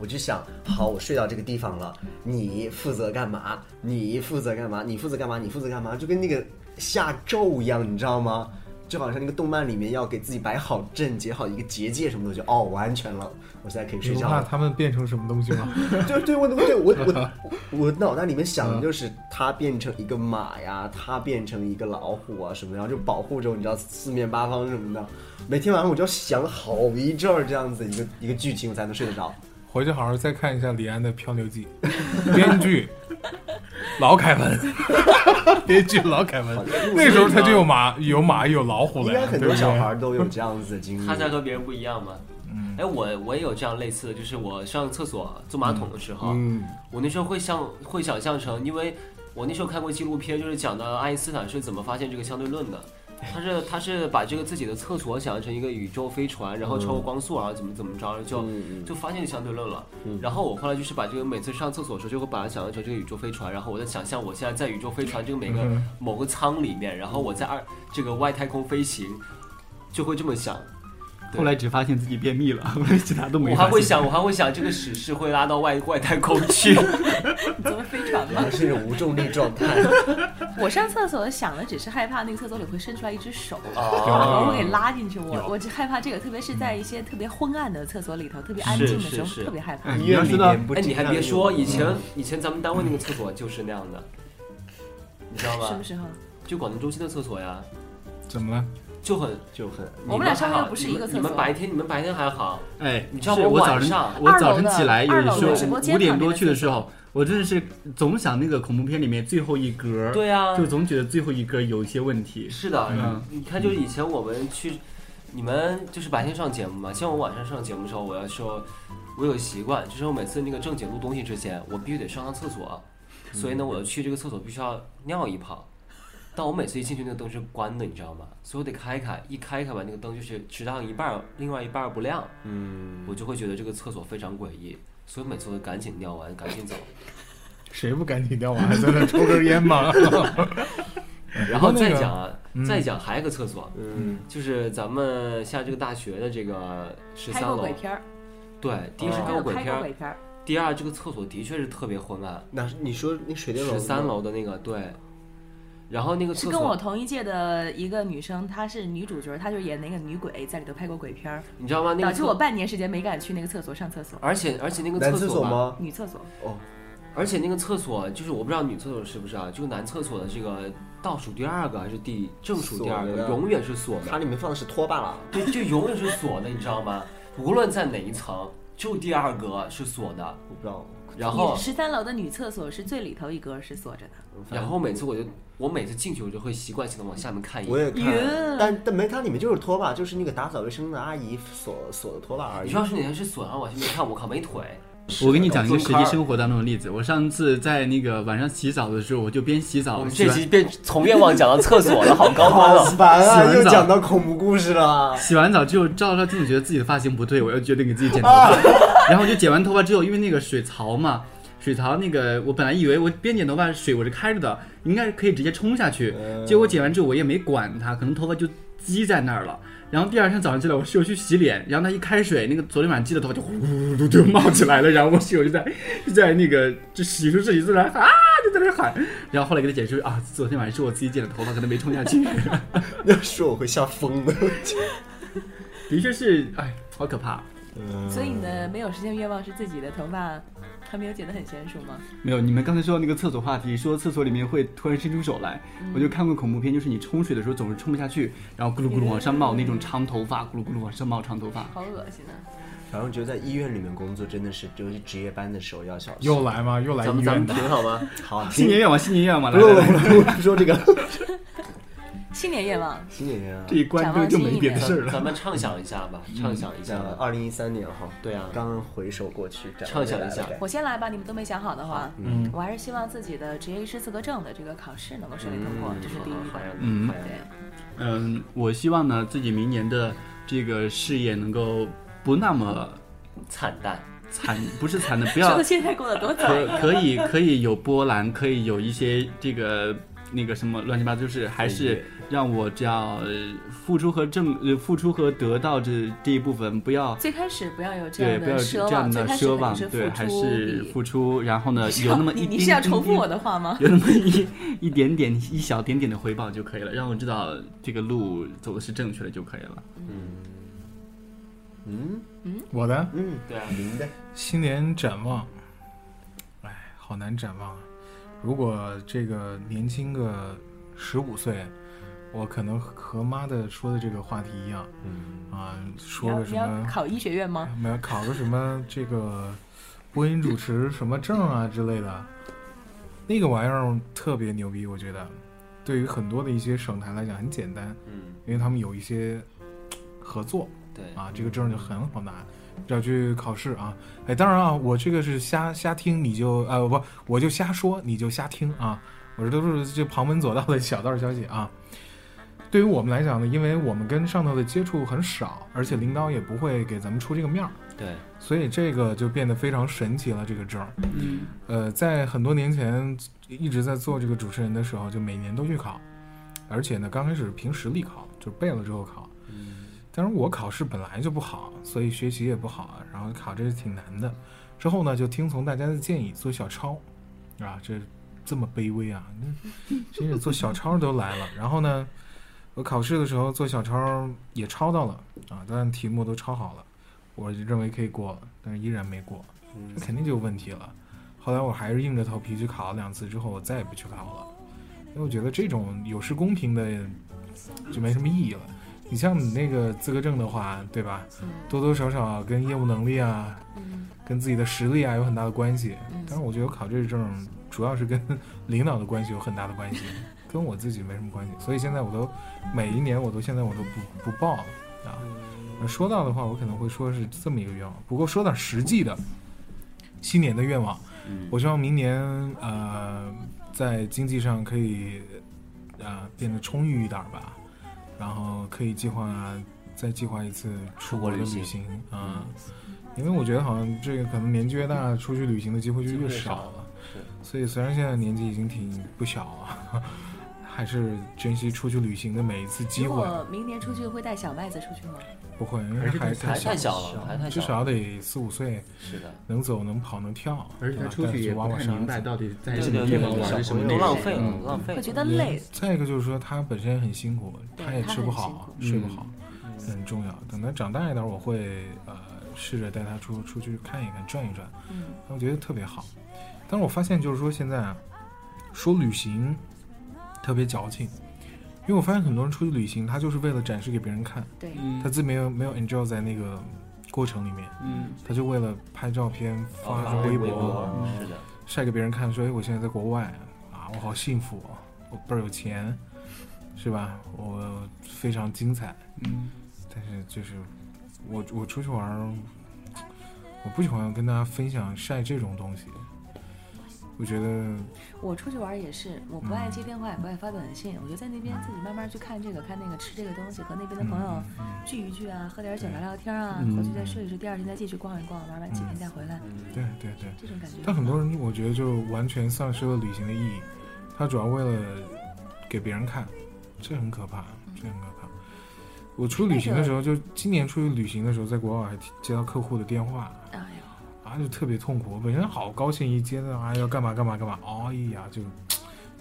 S6: 我就想，好，我睡到这个地方了，你负责干嘛？你负责干嘛？你负责干嘛？你负责干嘛？就跟那个下咒一样，你知道吗？就好像那个动漫里面要给自己摆好阵，结好一个结界什么的，我就哦，我安全了，我现在可以
S3: 你
S6: 睡
S3: 不
S6: 觉
S3: 怕
S6: 了。
S3: 他们变成什么东西吗？
S6: 对对，我对我 我我脑袋里面想
S4: 嗯
S6: 的就是它变成一个马呀，它变成一个老虎啊什么的，然后就保护着我你知道四面八方什么的。每天晚上我就要想好一阵儿这样子一个一个剧情，我才能睡得着。
S3: 回去好好再看一下李安的《漂流记》， 编剧老凯文， 编剧老凯文，那时候他就有马、有马、有老虎
S6: 应
S3: 了
S6: 该
S3: 呀，
S6: 很
S3: 对不
S6: 多
S3: 对？
S6: 小孩都有这样子的经历
S7: 他。在和别人不一样吗？
S3: 嗯
S7: 哎，我我也有这样类似的，就是我上厕所坐马桶的时候，
S6: 嗯，
S7: 我那时候会想会想象成，因为我那时候看过纪录片，就是讲的爱因斯坦是怎么发现这个相对论的。他是他是把这个自己的厕所想象成一个宇宙飞船，然后超过光速，然后怎么怎么着，就
S6: 嗯
S7: 就发现相对论了。然后我后来就是把这个每次上厕所的时候，就会把它想象成这个宇宙飞船，然后我在想象我现在在宇宙飞船这个每个
S3: 嗯
S7: 某个舱里面，然后我在二这个外太空飞行，就会这么想。对
S4: 后来只发现自己便秘了， 我连其他都
S7: 我
S4: 没发现。
S7: 还会想，我还会想这个史诗会拉到外外太空去。
S5: 你怎么飞船吗
S6: 还？是无重力状态，
S5: 我上厕所想的只是害怕那个厕所里会伸出来一只手，
S7: 啊
S5: 然后会给拉进去。我我只害怕这个，特别是在一些特别昏暗的厕所里头，特别安静的时
S7: 是是
S5: 候，
S7: 是
S5: 特别害怕。
S4: 哎， 你
S6: 院
S4: 要
S6: 里
S4: 知道
S6: 面，不
S7: 哎，你还
S6: 经
S7: 别
S6: 常有
S7: 说，以前以前咱们单位那个厕所就是那样的，你知道
S5: 什
S7: 吗
S5: 么？时候？
S7: 就广电中心的厕所呀，
S3: 怎么了？
S7: 就很
S6: 就很
S7: 你
S5: 我们俩
S7: 还
S5: 上班
S7: 好
S5: 又不是
S7: 你
S5: 一个
S7: 们
S5: 厕所
S7: 你们白天你们白天还好，
S4: 哎，
S7: 你知道
S4: 是
S7: 我
S4: 我早
S7: 晚上
S4: 晨我
S5: 二楼
S4: 早晨
S5: 的
S4: 起来，
S5: 二
S4: 有
S5: 楼的
S4: 时
S5: 直
S4: 候
S5: 播间
S4: 五点
S5: 旁边
S4: 多
S5: 的
S4: 去的
S5: 厕
S4: 时候，我真的是总想那个恐怖片里面最后一格，
S7: 对啊
S4: 就总觉得最后一格有一些问题。
S7: 是的
S4: 嗯，
S7: 你看就是以前我们去，你们就是白天上节目嘛，像我晚上上节目的时候，我要说，我有习惯，就是我每次那个正经录东西之前，我必须得上趟厕所，
S4: 嗯
S7: 所以呢，我要去这个厕所必须要尿一泡。但我每次一进去，那个灯是关的，你知道吗？所以我得开开，一开开吧，那个灯就是只亮一半儿，另外一半儿不亮。嗯，我就会觉得这个厕所非常诡异，所以每次我都赶紧尿完，赶紧走。
S3: 谁不赶紧尿完还在那抽根烟吗？
S7: 然后
S3: 不过那
S7: 再
S3: 个
S7: 讲啊，
S3: 嗯
S7: 再讲还有个厕所，嗯，就是咱们下这个大学的这个十
S5: 拍
S7: 三
S5: 过
S7: 楼
S5: 鬼，片儿，
S7: 对，第一是
S5: 真
S7: 看
S5: 的
S7: 过鬼
S5: 拍
S7: 片
S5: 过
S7: 儿
S5: 鬼，片儿。
S7: 第二这个厕所的确是特别昏暗，
S6: 那是你说那水电楼
S7: 十三楼的那个对，然后那个
S5: 是
S7: 厕
S5: 跟我
S7: 所
S5: 同一届的一个女生，她是女主角，她就演那个女鬼，在里头拍过鬼片儿，
S7: 你知道吗？那
S5: 导
S7: 个
S5: 致我
S7: 厕，
S5: 半年时间没敢去那个厕所上厕所，
S7: 而且而且那个
S6: 男
S7: 厕
S6: 厕所
S7: 吧，
S6: 吗？
S5: 女厕所。
S7: 而且那个厕所就是我不知道女厕所是不是啊，就男厕所的这个倒数第二个还是第正数第二
S6: 锁
S7: 个，
S6: 的
S7: 永远是锁的
S6: 它，里面放的是拖把了，
S7: 对，就永远是锁的，你知道吗？无论在哪一层，就第二格是锁的。
S6: 我不知道。
S7: 然后
S5: 十三楼的女厕所是最里头一格是锁着的，
S7: 然后每次我就，我每次进去我就会习惯性的往下面看一
S6: 我
S7: 眼。
S6: 也看，
S5: 晕
S6: 但但没它里面就是拖把，就是那个打扫卫生的阿姨锁锁的拖把而
S7: 你
S6: 已。
S7: 说要是哪天是损伤往下面看，我靠没腿。
S4: 我给你讲一个实
S7: 搞
S4: 际
S7: 错
S4: 生活当中的例子。我上次在那个晚上洗澡的时候，我就边洗
S7: 我
S4: 澡，
S7: 们
S4: 洗
S7: 哦这
S4: 完
S7: 集变从愿望讲到厕所了，好高端
S6: 好
S7: 哦。
S6: 烦
S4: 洗
S6: 啊！
S4: 完
S6: 又
S4: 澡
S6: 讲到恐怖故事了。
S4: 洗完澡之后照照镜子，觉得自己的发型不对，我又决定给自己剪头发。 然后就剪完头发之后，因为那个水槽嘛，水槽那个我本来以为我边剪头发水我是开着的，应该是可以直接冲下去。结果剪完之后我也没管它，可能头发就积在那儿了。然后第二天早上起来，我室友去洗脸，然后他一开水，那个昨天晚上积的头发就呼呼呼就冒起来了。然后我室友就在就在那个就洗漱室里就在那喊啊，就在那喊。然后后来给他解释啊，昨天晚上是我自己剪的头发，可能没冲下去。
S6: 要说我会吓疯的。
S4: 的确是，哎，好可怕。
S5: 所以你的没有实现愿望是自己的头发还没有剪得很娴熟吗？
S4: 没有，你们刚才说到那个厕所话题，说厕所里面会突然伸出手来，
S6: 嗯
S4: 我就看过恐怖片，就是你冲水的时候总是冲不下去，然后咕噜咕噜往上冒那种长头发，咕噜咕噜往上冒长头发。
S6: 嗯
S5: 好恶心啊！
S6: 反正我觉得在医院里面工作真的是，就是值夜班的时候要小心。
S3: 又来吗？又来
S7: 咱
S3: 医
S7: 们咱
S3: 院
S7: 们
S3: 的
S7: 停？好吗？
S6: 好，
S4: 新年愿望，新年愿望，
S6: 不
S4: 来
S6: 用
S4: 来
S6: 了，不
S4: 来，
S6: 用了，不说这 个。
S5: 新年愿望，
S6: 新年啊
S4: 这，一关之后就没别的事儿
S7: 咱
S4: 了。
S7: 咱们畅想一下吧，畅想一下
S6: 像
S7: 吧。
S6: 二零一三年哈，
S7: 对啊
S6: 刚回首过去，展
S7: 畅想一下
S6: 未来的
S5: 我先来吧，你们都没想好的话，嗯，我还是希望自己的职业医师资格证的这个考试能够顺利通过，这是第一
S7: 好呀
S5: 个。
S4: 嗯
S7: 好呀
S5: 对，
S4: 嗯，我希望呢自己明年的这个事业能够不那么
S7: 惨淡，
S4: 惨，不是惨的，不
S5: 说
S4: 要
S5: 的现在过得多惨
S4: 可。可以可以有波澜，可以有一些这个那个什么乱七八糟，就是还是让我这样、呃、付出和挣呃付出和得到这这一部分不要。
S5: 最开始不要有这
S4: 对，
S5: 样
S4: 不要
S5: 的
S4: 有
S5: 奢
S4: 这
S5: 望，
S4: 样
S5: 最
S4: 的
S5: 开始
S4: 奢
S5: 肯定
S4: 望，
S5: 是付
S4: 对，还
S5: 出
S4: 是
S5: 比
S4: 付出，然后呢，有那么一
S5: 你
S4: 丁
S5: 你是要
S4: 丁
S5: 重复
S4: 丁
S5: 我的话吗？
S4: 有那么一一点点一小点点的回报就可以了，让我知道这个路走的是正确的就可以了。
S3: 我的
S6: 嗯，
S7: 对啊，
S6: 明白。
S3: 新年展望，哎，好难展望啊！如果这个年轻个十五岁，我可能和妈的说的这个话题一样，嗯啊，
S5: 你
S3: 说
S5: 要
S3: 个什
S5: 你要
S3: 么
S5: 考医学院吗？
S3: 啊没有考个什么这个 播音主持什么证啊之类的，那个玩意儿特别牛逼，我觉得对于很多的一些省台来讲很简单，
S7: 嗯，
S3: 因为他们有一些合作，
S7: 对
S3: 啊，这个证就很好拿，要去考试啊。哎，当然啊，我这个是瞎瞎听，你就呃不，我就瞎说，你就瞎听啊。我这都是这旁门左道的小道消息啊。对于我们来讲呢，因为我们跟上头的接触很少，而且领导也不会给咱们出这个面儿，
S7: 对，
S3: 所以这个就变得非常神奇了。这个证，
S4: 嗯，
S3: 呃，在很多年前一直在做这个主持人的时候，就每年都去考，而且呢，刚开始是凭实力考，就是背了之后考。但是我考试本来就不好，所以学习也不好，然后考这是挺难的。之后呢，就听从大家的建议做小抄，啊，这这么卑微啊！ 那谁也做小抄都来了。然后呢，我考试的时候做小抄也抄到了啊，当然题目都抄好了，我认为可以过了，但是依然没过，这肯定就有问题了。后来我还是硬着头皮去考了两次，之后我再也不去考了，因为我觉得这种有失公平的就没什么意义了。你像你那个资格证的话，对吧？多多少少跟业务能力啊，跟自己的实力啊有很大的关系。但是我觉得考这证主要是跟 领导的关系有很大的关系，跟我自己没什么关系。所以现在我都每一年我都现在我都不不报了啊。那说到的话，我可能会说是这么一个愿望。不过说点实际的，新年的愿望，我希望明年呃在经济上可以呃变得充裕一点吧，然后可以计划再计划一次出国的旅
S7: 出国旅
S3: 行啊。因为我觉得好像这个可能年纪越大，出去旅行的机会就越少了。所以虽然现在年纪已经挺不小了， 还是珍惜出去旅行的每一次机
S5: 如
S3: 会。
S5: 果明年出去会带小麦子出去吗？
S3: 不会，因为还太
S7: 还
S3: 小
S7: 太，小了，还太
S3: 至
S7: 小了，
S3: 少得四五岁，
S7: 是的，
S3: 能走能跑能跳，
S4: 而且
S3: 对
S4: 他
S3: 吧
S4: 出去也
S3: 带
S4: 不
S3: 娃娃
S4: 太
S3: 沙
S4: 明白
S3: 子
S4: 到底在
S7: 对
S4: 什
S7: 对
S4: 么地
S7: 对，
S4: 方玩
S7: 小
S4: 是什
S7: 朋
S4: 么
S7: 友
S4: 内
S7: 都
S4: 容，
S7: 浪费了，
S4: 嗯
S7: 都浪费
S5: 会
S7: 了，
S5: 觉得累。
S3: 再一个就是说，他本身很辛苦，
S5: 对
S3: 他也
S5: 他
S3: 吃不
S5: 很辛
S3: 好
S5: 苦，
S3: 睡不
S4: 嗯
S3: 好，这很重要。等他长大一点，我会呃试着带他出出去看一看，转一转，
S5: 嗯，
S3: 我觉得特别好。但是我发现就是说，现在啊，说旅行特别矫情，因为我发现很多人出去旅行，他就是为了展示给别人看，
S5: 对，
S3: 他自己没有没有 enjoy 在那个过程里面，
S4: 嗯，
S3: 他就为了拍照片
S7: 哦
S3: 发微博，
S7: 是的，
S3: 晒给别人看，说：“哎，我现在在国外啊，我好幸福，我倍儿有钱，是吧？我非常精彩。”
S4: 嗯，
S3: 但是就是我我出去玩儿，我不喜欢跟大家分享晒这种东西。我觉得
S5: 我出去玩也是，我不爱接电话，也不爱发短信，我就在那边自己慢慢去看这个看那个，吃这个东西，和那边的朋
S3: 嗯
S5: 友聚一聚啊，喝点酒聊聊天啊，回去再睡一睡，第二天再继续逛一逛，玩完几天再回来，
S3: 对对对，
S5: 这种感觉。
S3: 嗯但很多人我觉得就完全丧失了旅行的意义，他主要为了给别人看，这很可怕，这很可怕。我出去旅行的时候，就今年出去旅行的时候，在国外还接到客户的电话，
S5: 哎呦，
S3: 啊，就特别痛苦。我本身好高兴，一接到啊要干嘛干嘛干嘛，哎呀，就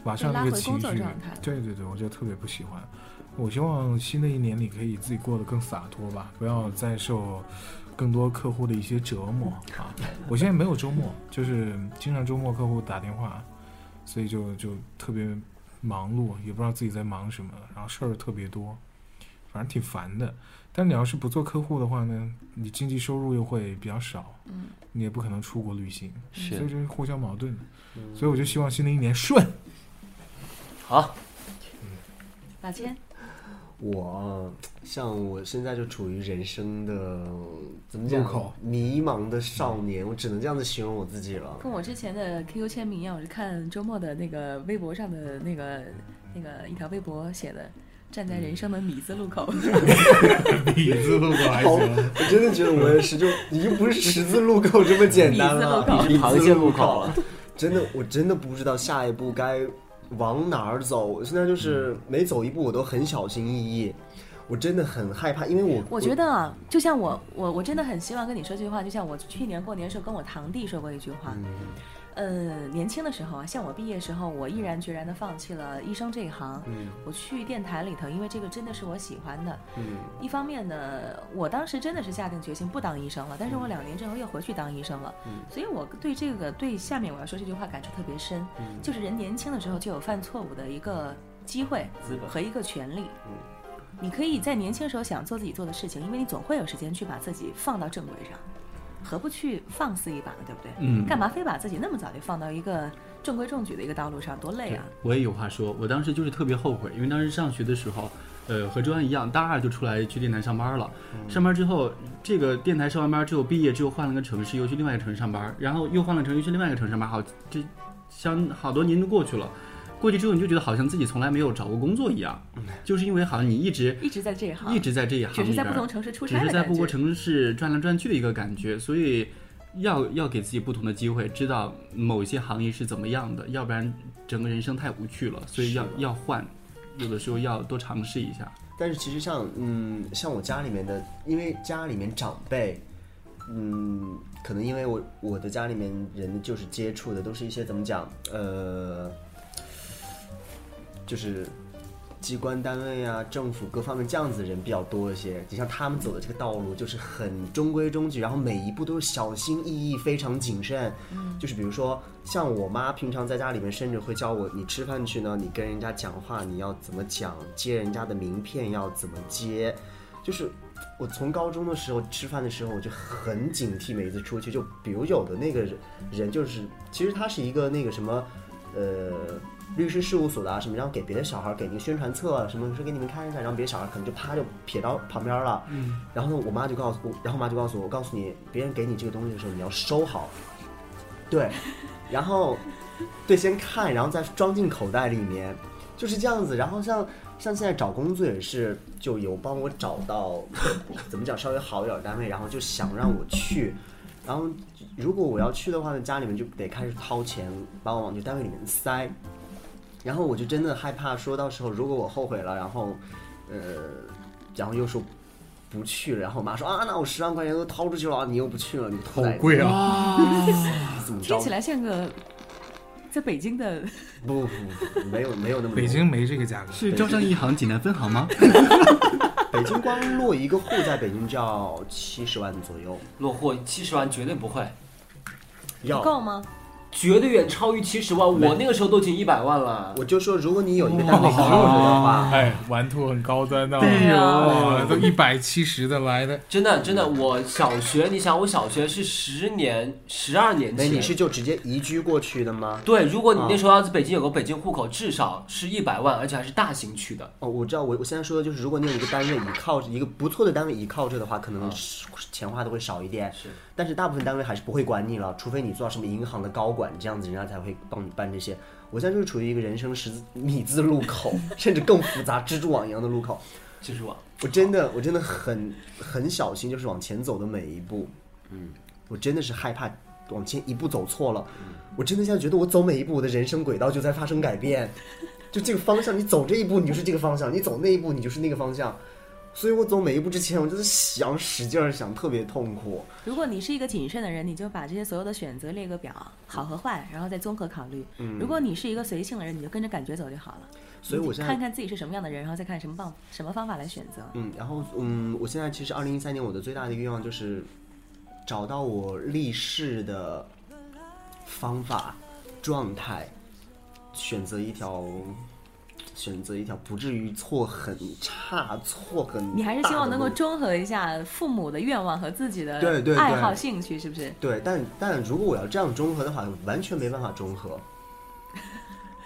S3: 马上那个
S5: 被拉回
S3: 情
S5: 工作
S3: 绪
S5: 状态，
S3: 对对对，我就特别不喜欢。我希望新的一年里可以自己过得更洒脱吧，不要再受更多客户的一些折磨啊！我现在没有周末，就是经常周末客户打电话，所以就就特别忙碌，也不知道自己在忙什么，然后事儿特别多，反正挺烦的。但你要是不做客户的话呢，你经济收入又会比较少，
S5: 嗯，
S3: 你也不可能出国旅行，所
S7: 是
S3: 以这是互相矛盾的。所以我就希望新的一年 顺。
S7: 好，
S5: 老千，
S6: 我啊像我现在就处于人生的怎么讲
S3: 路口
S6: 迷茫的少年，我只能这样子形容我自己了。
S5: 跟我之前的 QQ 签名一样，我是看周末的那个微博上的那个那个一条微博写的，站在人生的米字路口。
S3: 米字路口还
S6: 好，我真的觉得我也是，就已经不是十字路口这么简单
S7: 米
S6: 了，
S7: 字路口
S6: 米
S7: 螃蟹路口
S6: 了。真的，我真的不知道下一步该往哪儿走。我现在就是每走一步我都很小心翼翼，我真的很害怕，因为我
S5: 我觉得啊，就像我我我真的很希望跟你说句话，就像我去年过年的时候跟我堂弟说过一句话。呃，年轻的时候啊，像我毕业时候，我毅然决然的放弃了医生这一行，我去电台里头，因为这个真的是我喜欢的。一方面呢，我当时真的是下定决心不当医生了，但是我两年之后又回去当医生了，所以我对这个对下面我要说这句话感触特别深，就是人年轻的时候就有犯错误的一个机会和一个权利。你可以在年轻时候想做自己做的事情，因为你总会有时间去把自己放到正轨上，何不去放肆一把呢？对不对？
S4: 嗯
S5: 干嘛非把自己那么早就放到一个中
S4: 哎
S5: 规中矩的一个道路上，多累啊！
S4: 我也有话说，我当时就是特别后悔，因为当时上学的时候，呃，和周安一样，大二就出来去电台上班了。
S5: 嗯
S4: 上班之后，这个电台上完班之后，毕业之后换了个城市，又去另外一个城市上班，然后又换了城市，又去另外一个城市上班。好，这相好多年都过去了。过去之后，你就觉得好像自己从来没有找过工作一样，
S5: 嗯
S4: 就是因为好像你一直
S5: 一直在这一行，
S4: 一直在这一行
S5: 只
S4: 里
S5: 是在
S4: 边
S5: 不同，
S4: 儿
S5: 城市出
S4: 只
S5: 差
S4: 是
S5: 的
S4: 在
S5: 感
S4: 不同
S5: 觉。
S4: 城市转来转去的一个感觉，所以要要给自己不同的机会，知道某些行业是怎么样的，要不然整个人生太无趣了，所以要要换，有的时候要多尝试一下。
S6: 但是其实像嗯，像我家里面的，因为家里面长辈，嗯，可能因为我我的家里面人就是接触的都是一些怎么讲，呃，就是机关单位啊、政府各方面这样子的人比较多一些。你像他们走的这个道路就是很中规中矩，然后每一步都是小心翼翼、非常谨慎。就是比如说，像我妈平常在家里面，甚至会教我，你吃饭去呢，你跟人家讲话你要怎么讲，接人家的名片要怎么接，就是。我从高中的时候吃饭的时候，我就很警惕每一次出去。就比如有的那个人人，就是其实他是一个那个什么，呃，律师事务所的啊什么，然后给别的小孩给那个宣传册啊什么，说给你们看一下，然后别的小孩可能就啪就撇到旁边了。嗯。然后呢，我妈就告诉我，然后我妈就告诉我，我告诉你，别人给你这个东西的时候，你要收好。对，然后对，先看，然后再装进口袋里面，就是这样子。然后像像现在找工作也是，就有帮我找到怎么讲稍微好一点的单位，然后就想让我去。然后如果我要去的话呢，家里面就得开始掏钱把我往这单位里面塞。然后我就真的害怕，说到时候如果我后悔了，然后，呃，然后又说不去了，然后我妈说啊，那我十万块钱都掏出去了，你又不去了，你
S3: 好
S6: 好
S3: 贵啊！
S4: 哦
S6: 怎么着
S5: 听起来像个在北京的，
S6: 不不不，没有没有那么多
S3: 北京没这个价格，
S4: 是招商银行济南分行吗？
S6: 北京光落一个户在北京就要七十万左右，
S7: 落户七十万绝对不会，
S5: 够
S4: 哦
S6: 要
S5: 吗？
S7: 绝对远超于七十万，我那个时候都已经一百万了。
S6: 我就说如果你有一个单位收入的话，
S3: 哎，玩兔很高端啊的、
S5: 对
S3: 哇
S5: 呀
S3: 哎都一百七十的来的，
S7: 真的真的，我小学，你想我小学是十年、十二年
S6: 那
S7: 前，
S6: 你是就直接移居过去的吗？
S7: 对，如果你那时候要是北京有个北京户口，至少是一百万，而且还是大型区的。
S6: 哦，我知道，我我现在说的就是，如果你有一个单位依靠一个不错的单位依靠着的话，可
S3: 嗯
S6: 能是钱花的会少一点。
S7: 是，
S6: 但是大部分单位还是不会管你了，除非你做到什么银行的高管这样子，人家才会帮你办这些。我现在就是处于一个人生十字米字路口， 甚至更复杂蜘蛛网一样的路口。
S7: 蜘蛛网。
S6: 我真的，我真的很很小心，就是往前走的每一步。嗯，我真的是害怕往前一步走错了。我真的现在觉得，我走每一步，我的人生轨道就在发生改变。就这个方向，你走这一步，你就是这个方向；你走那一步，你就是那个方向。所以我走每一步之前，我就是想使劲儿想，特别痛苦。
S5: 如果你是一个谨慎的人，你就把这些所有的选择列个表，好和坏，然后再综合考虑。如果你是一个随性的人，你就跟着感觉走就好了。
S6: 嗯所以我现在
S5: 看看自己是什么样的人，然后再看什么方什么方法来选择。
S6: 嗯，然后嗯，我现在其实二零一三年我的最大的一个愿望就是找到我立誓的方法、状态，选择一条选择一条不至于错很差、错很
S5: 你还是
S6: 大
S5: 希望
S6: 的
S5: 能够
S6: 路
S5: 综合一下父母的愿望和自己的
S6: 对对对
S5: 爱好、兴趣，是不是？
S6: 对，但但如果我要这样中和的话，完全没办法中和。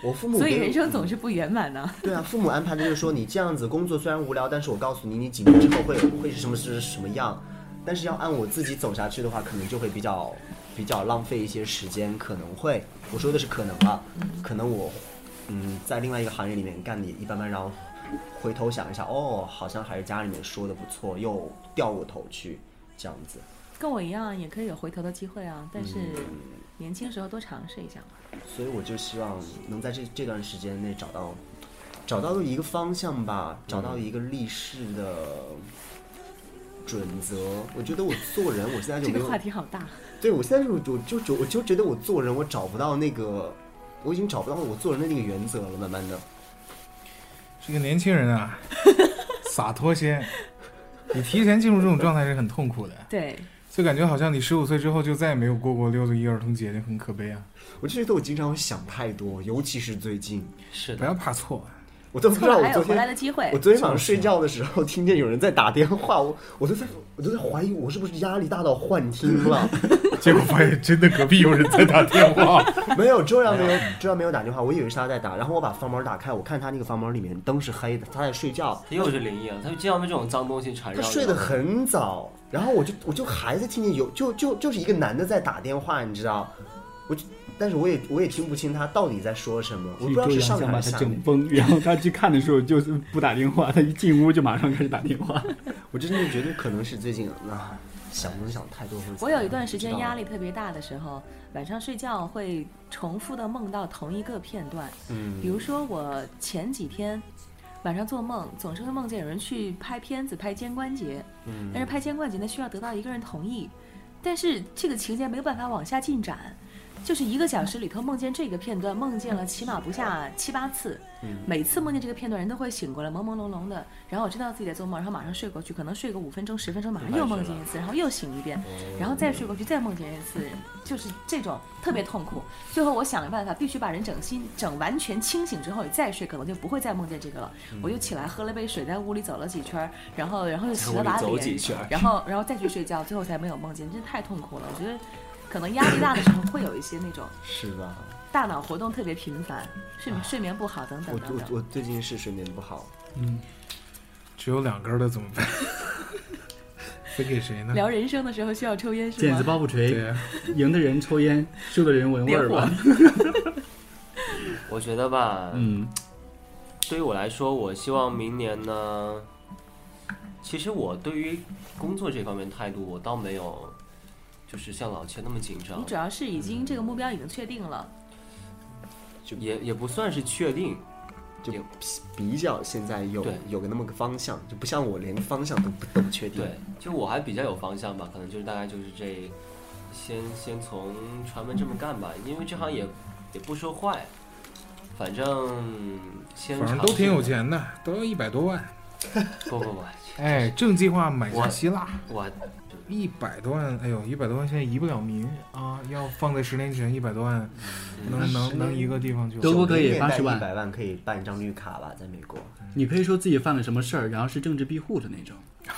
S6: 我父母
S5: 所以
S6: 给嗯我
S5: 人生总是不圆满的。
S6: 对啊，父母安排的就是说，你这样子工作虽然无聊，但是我告诉你，你几年之后会会是什么是什么样。但是要按我自己走下去的话，可能就会比较比较浪费一些时间，可能会我说的是可能啊，可能我嗯在另外一个行业里面干的也一般般，然后回头想一下，哦，好像还是家里面说的不错，又掉过头去这样子。
S5: 跟我一样，也可以有回头的机会啊，但是
S6: 嗯
S5: 年轻时候多尝试一下嘛。
S6: 所以我就希望能在这这段时间内找到找到一个方向吧，找
S5: 嗯
S6: 到一个立世的准则。我觉得我做人，我现在
S5: 这
S6: 就
S5: 个
S6: 没有
S5: 话题好大，
S6: 对我现在就我就就我就觉得我做人，我找不到那个，我已经找不到我做人的那个原则了，慢慢的。
S3: 这个年轻人啊，洒脱些。你提前进入这种状态是很痛苦的，
S5: 对，
S3: 就感觉好像你十五岁之后就再也没有过过六一儿童节，就很可悲啊！
S6: 我就觉得我经常会想太多，尤其是最近，
S7: 是
S3: 不
S7: 的，
S3: 要怕错，啊
S6: 我都不知
S5: 错
S6: 道
S5: 了
S6: 我
S5: 还有
S6: 昨
S5: 回来
S6: 天
S5: 的机会
S6: 我。昨天晚上睡觉的时候听见有人在打电话，我我都在我都在怀疑我是不是压力大到幻听了。
S3: 结果发现真的隔壁有人在打电 话。
S6: 没有，周洋没有，周洋没有打电话，我以为是他在打。然后我把房门打开，我看他那个房门里面灯是黑的，他在睡觉。
S7: 他又是灵异啊了，他就经常被这种脏东西缠
S6: 他
S7: 绕着。
S6: 睡得很早，然后我就我就还在听见有就就就是一个男的在打电话，你知道，我就但是我也我也听不清他到底在说什么，我不知道是上
S4: 想
S6: 面
S4: 把
S6: 还
S4: 他
S6: 是下
S4: 整
S6: 面，
S4: 疯，然后他去看的时候就是不打电话，他一进屋就马上开始打电话。
S6: 我真的觉得可能是最近啊想东西想太多或者怎
S5: 我
S6: 么样
S5: 有一段时间压，
S6: 不知
S5: 力特别大的时候，晚上睡觉会重复的梦到同一个片段。
S6: 嗯
S5: 比如说我前几天晚上做梦，总是会梦见有人去拍片子拍肩关节，
S6: 嗯
S5: 但是拍肩关节呢需要得到一个人同意，但是这个情节没有办法往下进展。就是一个小时里头梦见这个片段，梦见了起码不下七八次，
S7: 嗯
S5: 每次梦见这个片段，人都会醒过来，朦朦胧胧的，然后我知道自己在做梦，然后马上睡过去，可能睡个五分钟、十分钟，马上又梦见一次，然后又醒一遍，
S7: 哦
S5: 然后再睡过去，再梦见一次，就是这种特别痛苦。最后我想了办法，必须把人整清、整完全清醒之后，你再睡，可能就不会再梦见这个了。我就起来喝了杯水，在屋里走了几圈，然后然后又洗了把
S7: 在屋里走
S5: 脸
S7: 几圈，
S5: 然后然后再去睡觉，最后才没有梦见，真的太痛苦了。我觉得可能压力大的时候会有一些那种
S6: 道是吧？
S5: 大脑活动特别频繁，睡睡眠不好等
S6: 啊我
S5: 等等
S6: 我
S5: 等。
S6: 我最近是睡眠不好，
S3: 只有两根儿的怎么办？分给谁呢？
S5: 聊人生的时候需要抽烟是
S4: 剪
S5: 吗
S4: 子？包袱
S3: 对
S4: 锤，
S6: 啊
S3: 呀，
S4: 赢的人抽烟，输的人闻味儿吧。
S7: 我觉得吧，
S4: 嗯，
S7: 对于我来说，我希望明年呢，其实我对于工作这方面态度，我倒没有就是像老钱那么紧
S5: 你
S7: 张
S5: 主，要是已经这个目标已经确定了，
S7: 也也不算是确定。
S6: 就比较现在有
S7: 对
S6: 有个那么个方向，就不像我连个方向都不都不确定。
S7: 对，就我还比较有方向吧，可能就是大概就是这，先先从传媒这么干吧，因为这行也也不说坏，反正先
S3: 反正
S7: 尝
S3: 都
S7: 试
S3: 挺有钱的，都要一百多万。
S7: 不不不，
S3: 哎，正计划买下希腊，
S7: 我
S3: 一百多万，哎呦，一百多万现在移不了民啊！要放在十年前，一百多万能能能移个地方去吗。
S4: 德国可以
S6: 八
S4: 80万
S6: 一百万可以办一张绿卡吧，在美国。
S4: 你可以说自己犯了什么事儿，然后是政治庇护的那种。
S6: 哦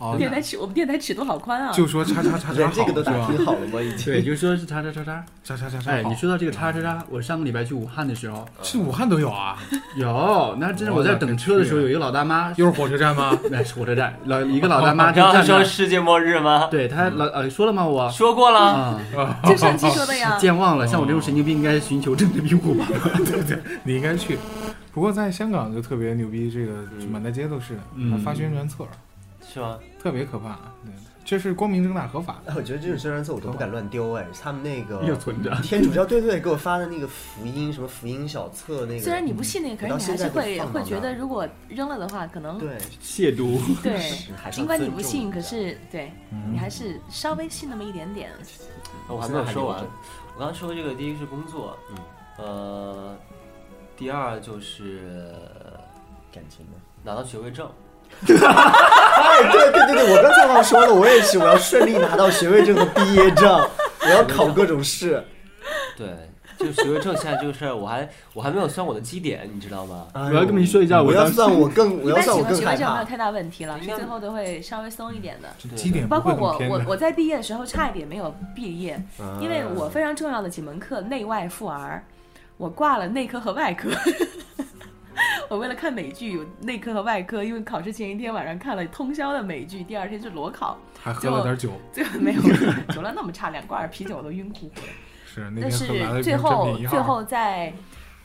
S3: 好
S5: 电台尺我们电台尺度好宽啊！
S3: 就说叉叉 叉叉
S6: 连
S3: 好
S6: 这个都
S3: 是
S6: 打
S3: 吧？
S6: 听好了吗？已经。
S4: 对，就说是叉叉叉叉。
S3: 叉叉叉叉
S4: 哎，
S3: 好
S4: 你说到这个叉叉叉，我上个礼拜去武汉的时候，
S3: 是武汉都有啊？
S4: 有，嗯哦那真是我在等车的时候，有一个老大妈，
S3: 又是火车站吗？
S4: 那是火车站老一个老大妈就
S7: 刚刚
S4: 站那
S7: 说
S4: 儿，
S7: 世界末日吗？
S4: 对她老呃说了哦吗我
S7: 说过了。
S4: 啊
S5: 就上期说的 呀，
S4: 健忘了，像我这种神经病应该寻求政治庇护吧。
S3: 你应该去。不过在香港就特别牛逼，这个满大街都是，
S4: 嗯
S3: 还发宣传册，
S7: 是吗？
S3: 特别可怕。啊对，这是光明正大合法的。
S6: 哎，我觉得这种宣传册我都不敢乱丢哎，他们那个
S4: 要存着
S6: 天主教对对给我发的那个福音什么福音小册那个，
S5: 虽然你不信那个，可是
S6: 我到
S5: 你还
S6: 现在
S5: 是
S6: 都
S5: 会
S6: 放到
S5: 会觉
S6: 那
S5: 得，
S6: 儿
S5: 如果扔了的话，可能
S6: 对
S4: 亵渎，
S5: 对
S6: 是还，是
S5: 尽管你不
S6: 尊重
S5: 信，
S6: 的嗯
S5: 可是对你还是稍微信那么一点点。
S7: 我还没有说完
S6: 我现在还留着。
S7: 我刚刚说这个，第一个是工作，
S6: 嗯
S7: 呃，第二就是
S6: 感情的。
S7: 拿到学位证。
S6: 哎，对对对对，我刚才忘了说了，我也是，我要顺利拿到学位证和毕业证，我要考各种试。
S7: 对，就学位证现在这个事儿，我还我还没有算我的基点，你知道吗？
S6: 哎呦
S4: 我要跟你说一下，
S6: 我
S4: 我
S6: 要
S4: 当时
S6: 算 我更，我
S5: 一
S6: 要
S5: 般情
S6: 算我
S5: 况
S6: 更
S5: 学
S6: 害
S5: 位证没
S6: 怕
S5: 有。太大问题，老师
S7: 应该
S5: 最后都会稍微松一点的。
S3: 这基点不
S5: 包
S3: 会
S5: 括
S3: 很
S5: 我
S3: 偏
S5: 我
S3: 的。
S5: 我在毕业的时候差一点没有毕业，
S6: 啊
S5: 因为我非常重要的几门课内外妇儿，我挂了内科和外科。 我为了看美剧，有内科和外科，因为考试前一天晚上看了通宵的美剧，第二天是裸考，
S3: 还喝了点酒，
S5: 最 后没有酒量那么差，两罐啤酒我都晕乎乎的。
S3: 是那天
S5: 但是
S3: 喝来了一瓶
S5: 最
S3: 真
S5: 后
S3: 品一
S5: 最
S3: 号，
S5: 后在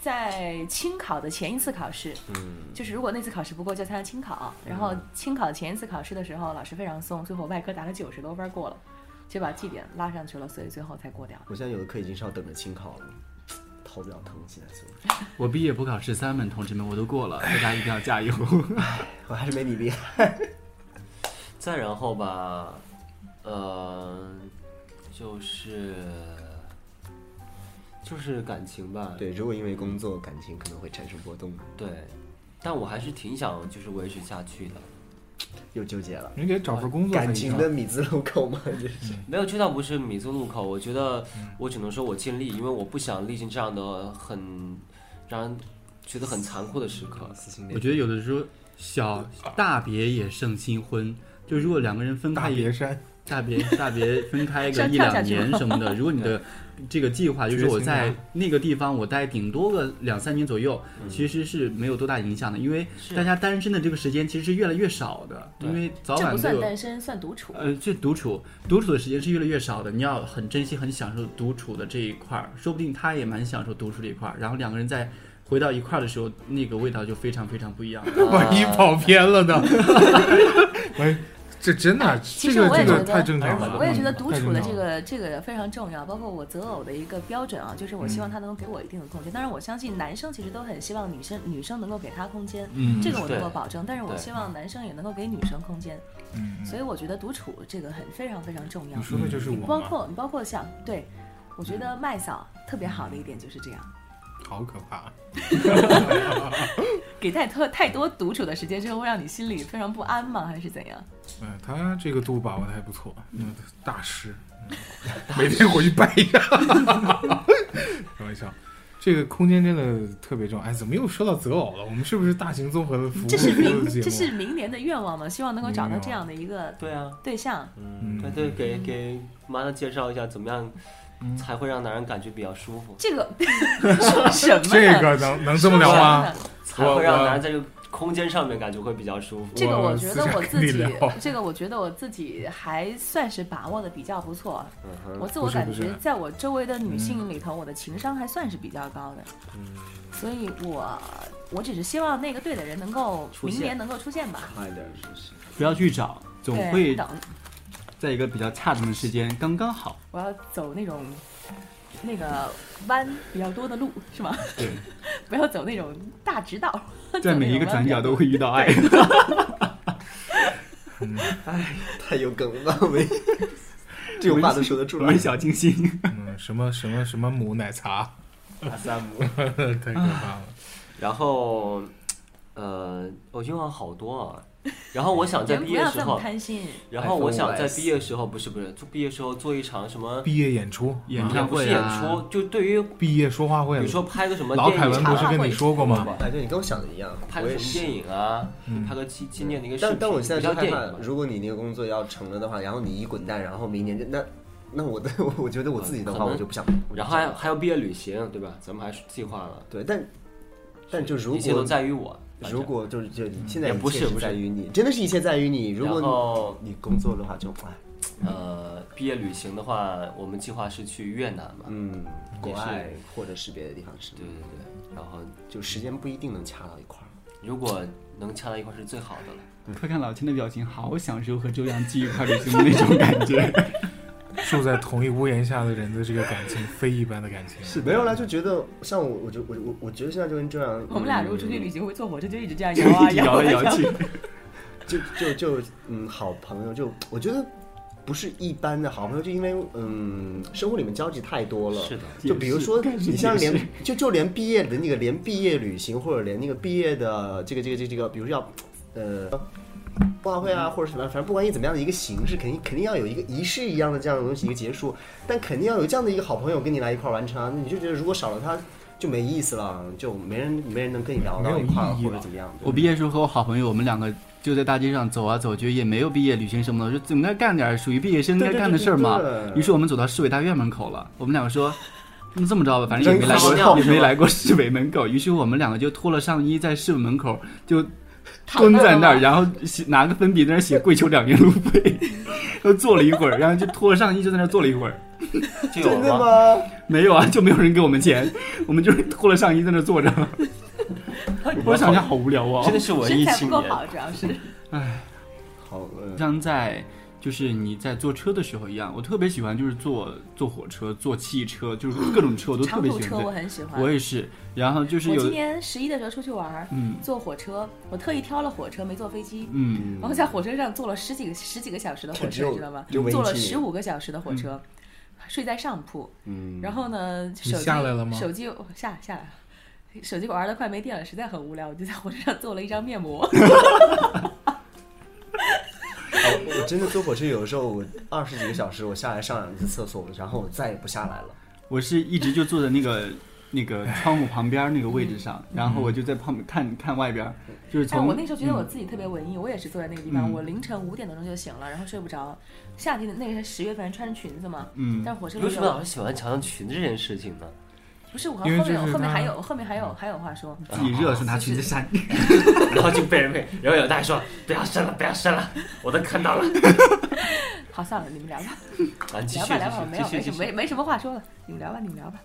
S5: 在清考的前一次考试，
S6: 嗯
S5: 就是如果那次考试不过就参加清考，
S3: 嗯
S5: 然后清考前一次考试的时候，老师非常松，最后我外科达了九十多分儿过了，就把绩点拉上去了，所以最后才过掉。
S6: 我现在有的课已经是要等着清考了，头比较疼，现在是。
S4: 我毕业补考十三门，同志们我都过了，大家一定要加油。
S6: 我还是没你 厉害。
S7: 再然后吧，呃，就是就是感情吧。
S6: 对，如果因为工作，感情可能会产生波动，
S7: 对，但我还是挺想就是维持下去的。
S6: 又纠结了。
S3: 你得找份工作才行。
S6: 啊感情的米字路口吗？这是
S7: 没有，这倒不是米字路口。我觉得我只能说我尽力，因为我不想历经这样的很让人觉得很残酷的时
S6: 哦
S7: 刻。
S2: 撕心裂
S4: 我觉得有的时候小大别也胜新婚，就如果两个人分
S3: 大
S4: 开
S3: 别
S4: 也
S3: 山，
S4: 大别大别分开个
S5: 像
S4: 一
S5: 跳
S4: 两
S5: 下去
S4: 年
S5: 了
S4: 什么的，如果你的这个计划就是
S3: 觉
S4: 我
S3: 醒
S4: 在
S3: 啊
S4: 那个地方我待顶多个两三年左右，其实是没有多大影响的，因为
S5: 嗯是
S4: 大家单身的这个时间其实是越来越少的，因为早
S5: 这
S4: 晚
S5: 不
S4: 都
S5: 算
S4: 有。
S5: 单身，算独处。
S4: 呃，这独处独处的时间是越来越少的，你要很珍惜、很享受独处的这一块儿，说不定他也蛮享受独处这一块儿，然后两个人再回到一块儿的时候，那个味道就非常非常不一样了。
S3: 万
S6: 啊
S3: 一跑偏了 呢？喂，这真的，
S5: 哎其
S3: 这
S5: 实
S3: 个
S5: 我也
S3: 这
S5: 觉
S3: 个
S5: 得
S3: 太正常了。
S5: 我也觉得独
S3: 嗯太
S5: 处
S3: 正
S5: 的
S3: 常
S5: 这
S3: 了，
S5: 个这个非常重要，包括我择偶的一个标准啊，就是我
S3: 嗯
S5: 希望他能够给我一定的空间。当然，我相信男生其实都很希望女生女生能够给他空间，
S4: 嗯
S5: 这个我能够
S7: 对
S5: 保证。但是我
S7: 对
S5: 希望男生也能够给女生空间，
S3: 嗯，嗯
S5: 所以我觉得独处这个很非常非常重要
S3: 你。说的就是我
S5: 你
S3: 嘛，
S5: 嗯包括你包括像对，我觉得麦嫂特别好的一点就是这样，
S3: 好可怕。
S5: 给太多太多独处的时间之后，会让你心里非常不安吗？还是怎样？
S3: 嗯，他这个度把握的还不错，嗯，大师，嗯每天回去拜一下。 开玩笑，这个空间真的特别重要。哎，怎么又说到择偶了？我们是不是大型综合的服务
S5: 这是明
S3: 的节目？
S5: 这是明年的愿望吗？希望能够找到
S3: 明年
S5: 这样的一个
S7: 对啊，
S5: 对象。
S3: 嗯
S7: 对对，给给妈妈介绍一下，怎么样才会让男人感觉比较舒服，
S5: 这个说什么呢？
S3: 这个能能这么聊吗？
S7: 才会让男人在这个空间上面感觉会比较舒服。
S5: 这个我觉得我自己
S3: 我私下跟你聊，
S5: 这个我觉得我自己还算是把握的比较不错。
S7: 嗯哼，
S5: 我自我感
S3: 不是不
S5: 觉
S3: 是，
S5: 在我周围的女
S4: 嗯
S5: 性里头，我的情商还算是比较高的。所以我我只是希望那个对的人能够
S7: 出现
S5: 明年能够出现吧。
S7: 快点是不是？
S4: 不要去找，总
S5: 对，
S4: 会
S5: 等，
S4: 在一个比较恰当的时间刚刚好。
S5: 我要走那种那个弯比较多的路，是吗？
S4: 对，
S5: 不要走那种大直道。
S4: 在每一个转角都会遇到爱。
S6: 太有梗了，我们这种话都说得出
S4: 我
S6: 来
S4: 们。小清新，
S3: 嗯，什么什么什么母奶茶，
S6: 阿萨姆，
S3: 太可怕了。
S7: 然后，呃，我愿望好多啊。然后我想在
S5: 人
S7: 毕
S5: 不
S7: 业
S5: 要
S7: 时
S5: 这么
S7: 候，
S5: 贪心。
S7: 然后我想在
S6: iPhone
S7: 毕业时候，不是不是，就毕业时候做一场什么，
S3: 毕业演出，
S4: 演
S7: 也
S4: 唱
S7: 不是
S4: 会
S7: 演
S4: 啊
S7: 出，就对于
S3: 毕业说话
S7: 比
S3: 会
S7: 如
S3: 了。
S7: 说拍个什么
S3: 老
S7: 电
S3: 凯文
S7: 影
S3: 不
S7: 啊，
S3: 是跟你说过吗？
S6: 哎，对你跟我想的一样，
S7: 拍
S6: 我
S7: 个
S6: 也
S7: 什么
S6: 是。
S7: 电影啊，
S3: 嗯
S7: 拍个纪纪念的一个视
S6: 但
S7: 频，
S6: 但我现在
S7: 不叫
S6: 就害
S7: 电影
S6: 怕
S7: 吧，
S6: 如果你那个工作要成了的话，然后你一滚蛋，然后明年就那那我的我我觉得我自己的话
S7: 可能
S6: 我就不想。我就不想
S7: 然后还还要毕业旅行，对吧？咱们还是计划了，
S6: 对，但但就如
S7: 一切都
S6: 果
S7: 在于我。反正
S6: 如果就是就现在
S7: 也
S6: 一
S7: 不
S6: 切
S7: 是
S6: 是
S7: 不是
S6: 在于你，真的是一切在于你。如
S7: 然
S6: 果
S7: 后
S6: 你你工作的话就哎，
S7: 呃，毕业旅行的话，我们计划是去越南嘛？
S6: 嗯，国
S7: 也是
S6: 外或者是别的地方吃，
S7: 对对对。然后
S6: 就时间不一定能掐到一块儿。
S7: 如果能掐到一块儿是最好 的了。
S4: 快 看老千的表情，好享受和周扬青一块旅行的那种感觉。
S3: 住在同一屋檐下的人的这个感情，非一般的感情。
S6: 是没有啦，就觉得像我，我就我我我觉得现在就跟这样，
S5: 我们俩如果出去
S6: 嗯
S5: 旅行，会坐火车就一直这样 摇啊摇
S4: 摇
S5: 啊
S4: 来摇去，
S6: 就就就嗯，好朋友就我觉得不是一般的好朋友，就因为嗯，生活里面交集太多了。
S7: 是的
S6: 就比如说
S4: 也是
S6: 你像
S4: 也
S6: 连就就连毕业的那个连毕业旅行或者连那个毕业的这个这个这个这个，比如要呃。布道会啊，或者什么，反正不管以怎么样的一个形式，肯定肯定要有一个仪式一样的这样的东西一个结束，但肯定要有这样的一个好朋友跟你来一块儿完成啊，那你就觉得如果少了他就没意思了，就没人没人能跟你聊
S3: 没
S6: 到
S3: 有
S6: 一块儿
S3: 意义
S6: 或者
S3: 了
S6: 怎么样。对
S4: 我毕业时候和我好朋友，我们两个就在大街上走啊走，就也没有毕业旅行什么的，就应该干点属于毕业生应该干的事儿嘛
S6: 对对对对。对
S4: 于是我们走到市委大院门口了，我们两个说。那这么着吧，反正也没来
S7: 扔尿
S4: 过，也
S7: 是吧
S4: 没来过市委门口。于是我们两个就脱了上衣，在市委门口就
S5: 躺
S4: 蹲在那儿，
S5: 了吗
S4: 然后写拿个粉笔在那儿写“跪求两年路费”， 又坐了一会儿，然后就脱了上衣就在那儿坐了一会儿。
S7: 就有啊
S6: 真的
S7: 吗？
S6: 吗？
S4: 没有啊，就没有人给我们钱，我们就是脱了上衣在那儿坐着。 我想想好无聊哦
S7: 真。的是文
S5: 身
S7: 艺
S5: 材不
S7: 青
S5: 够
S7: 年。
S5: 好，主要是。
S6: 好饿。
S4: 像在就是你在坐车的时候一样，我特别喜欢就是坐坐火车、坐汽车，就是各种车我都特
S5: 长
S4: 别
S5: 途
S4: 喜
S5: 车
S4: 欢
S5: 我
S4: 坐。
S5: 很喜欢。
S4: 我也是，然后就是
S5: 我今
S4: 有
S5: 年十一的时候出去玩儿，
S4: 嗯
S5: 坐火车，我特意挑了火车，没坐飞机。
S4: 嗯，
S5: 然后在火车上坐了十几个十几个小时的火
S6: 这只
S5: 车，
S6: 有
S5: 你知道吗？
S6: 只有文艺
S5: 坐了
S6: 青年
S5: 十五个小时的火车，睡在上铺。
S6: 嗯
S5: 然后呢，
S3: 你
S5: 手机
S3: 下来了吗
S5: 手机我下下来了，手机玩的快没电了，实在很无聊，我就在火车上做了一张面膜。
S6: 哦我真的坐火车，有的时候我二十几个小时，我下来上两次厕所，然后我再也不下来了。
S4: 我是一直就坐在那个那个窗户旁边那个位 置上，然后我就在旁边看看外边，就是
S5: 但哎
S4: 从
S5: 我那时候觉得我自己特别文艺，我也是坐在那个地方，我凌晨五点多钟就醒了，然后睡不着。夏天的那个是十月份穿着裙子嘛，
S4: 嗯
S5: 但是火车
S7: 为
S5: 里
S7: 什么老
S5: 有
S7: 是喜欢瞧上裙子这件事情呢？
S5: 不是我后
S3: 因为
S5: 面
S3: 这
S5: 有
S3: 是
S5: 后面
S3: 他
S5: 还有后面还有还有话说，
S4: 自己热的时候拿裙子扇，
S7: 然后就被人被，然后有大爷说不要删了，不要删了，我都看 到了。
S5: 好算了，你们聊吧。
S7: 咱继
S5: 聊
S7: 续
S5: 吧聊吧，没有
S7: 继续继
S5: 没什
S7: 续
S5: 么
S7: 继
S5: 没
S7: 续。
S5: 没什么话说了，你们聊吧你们聊吧。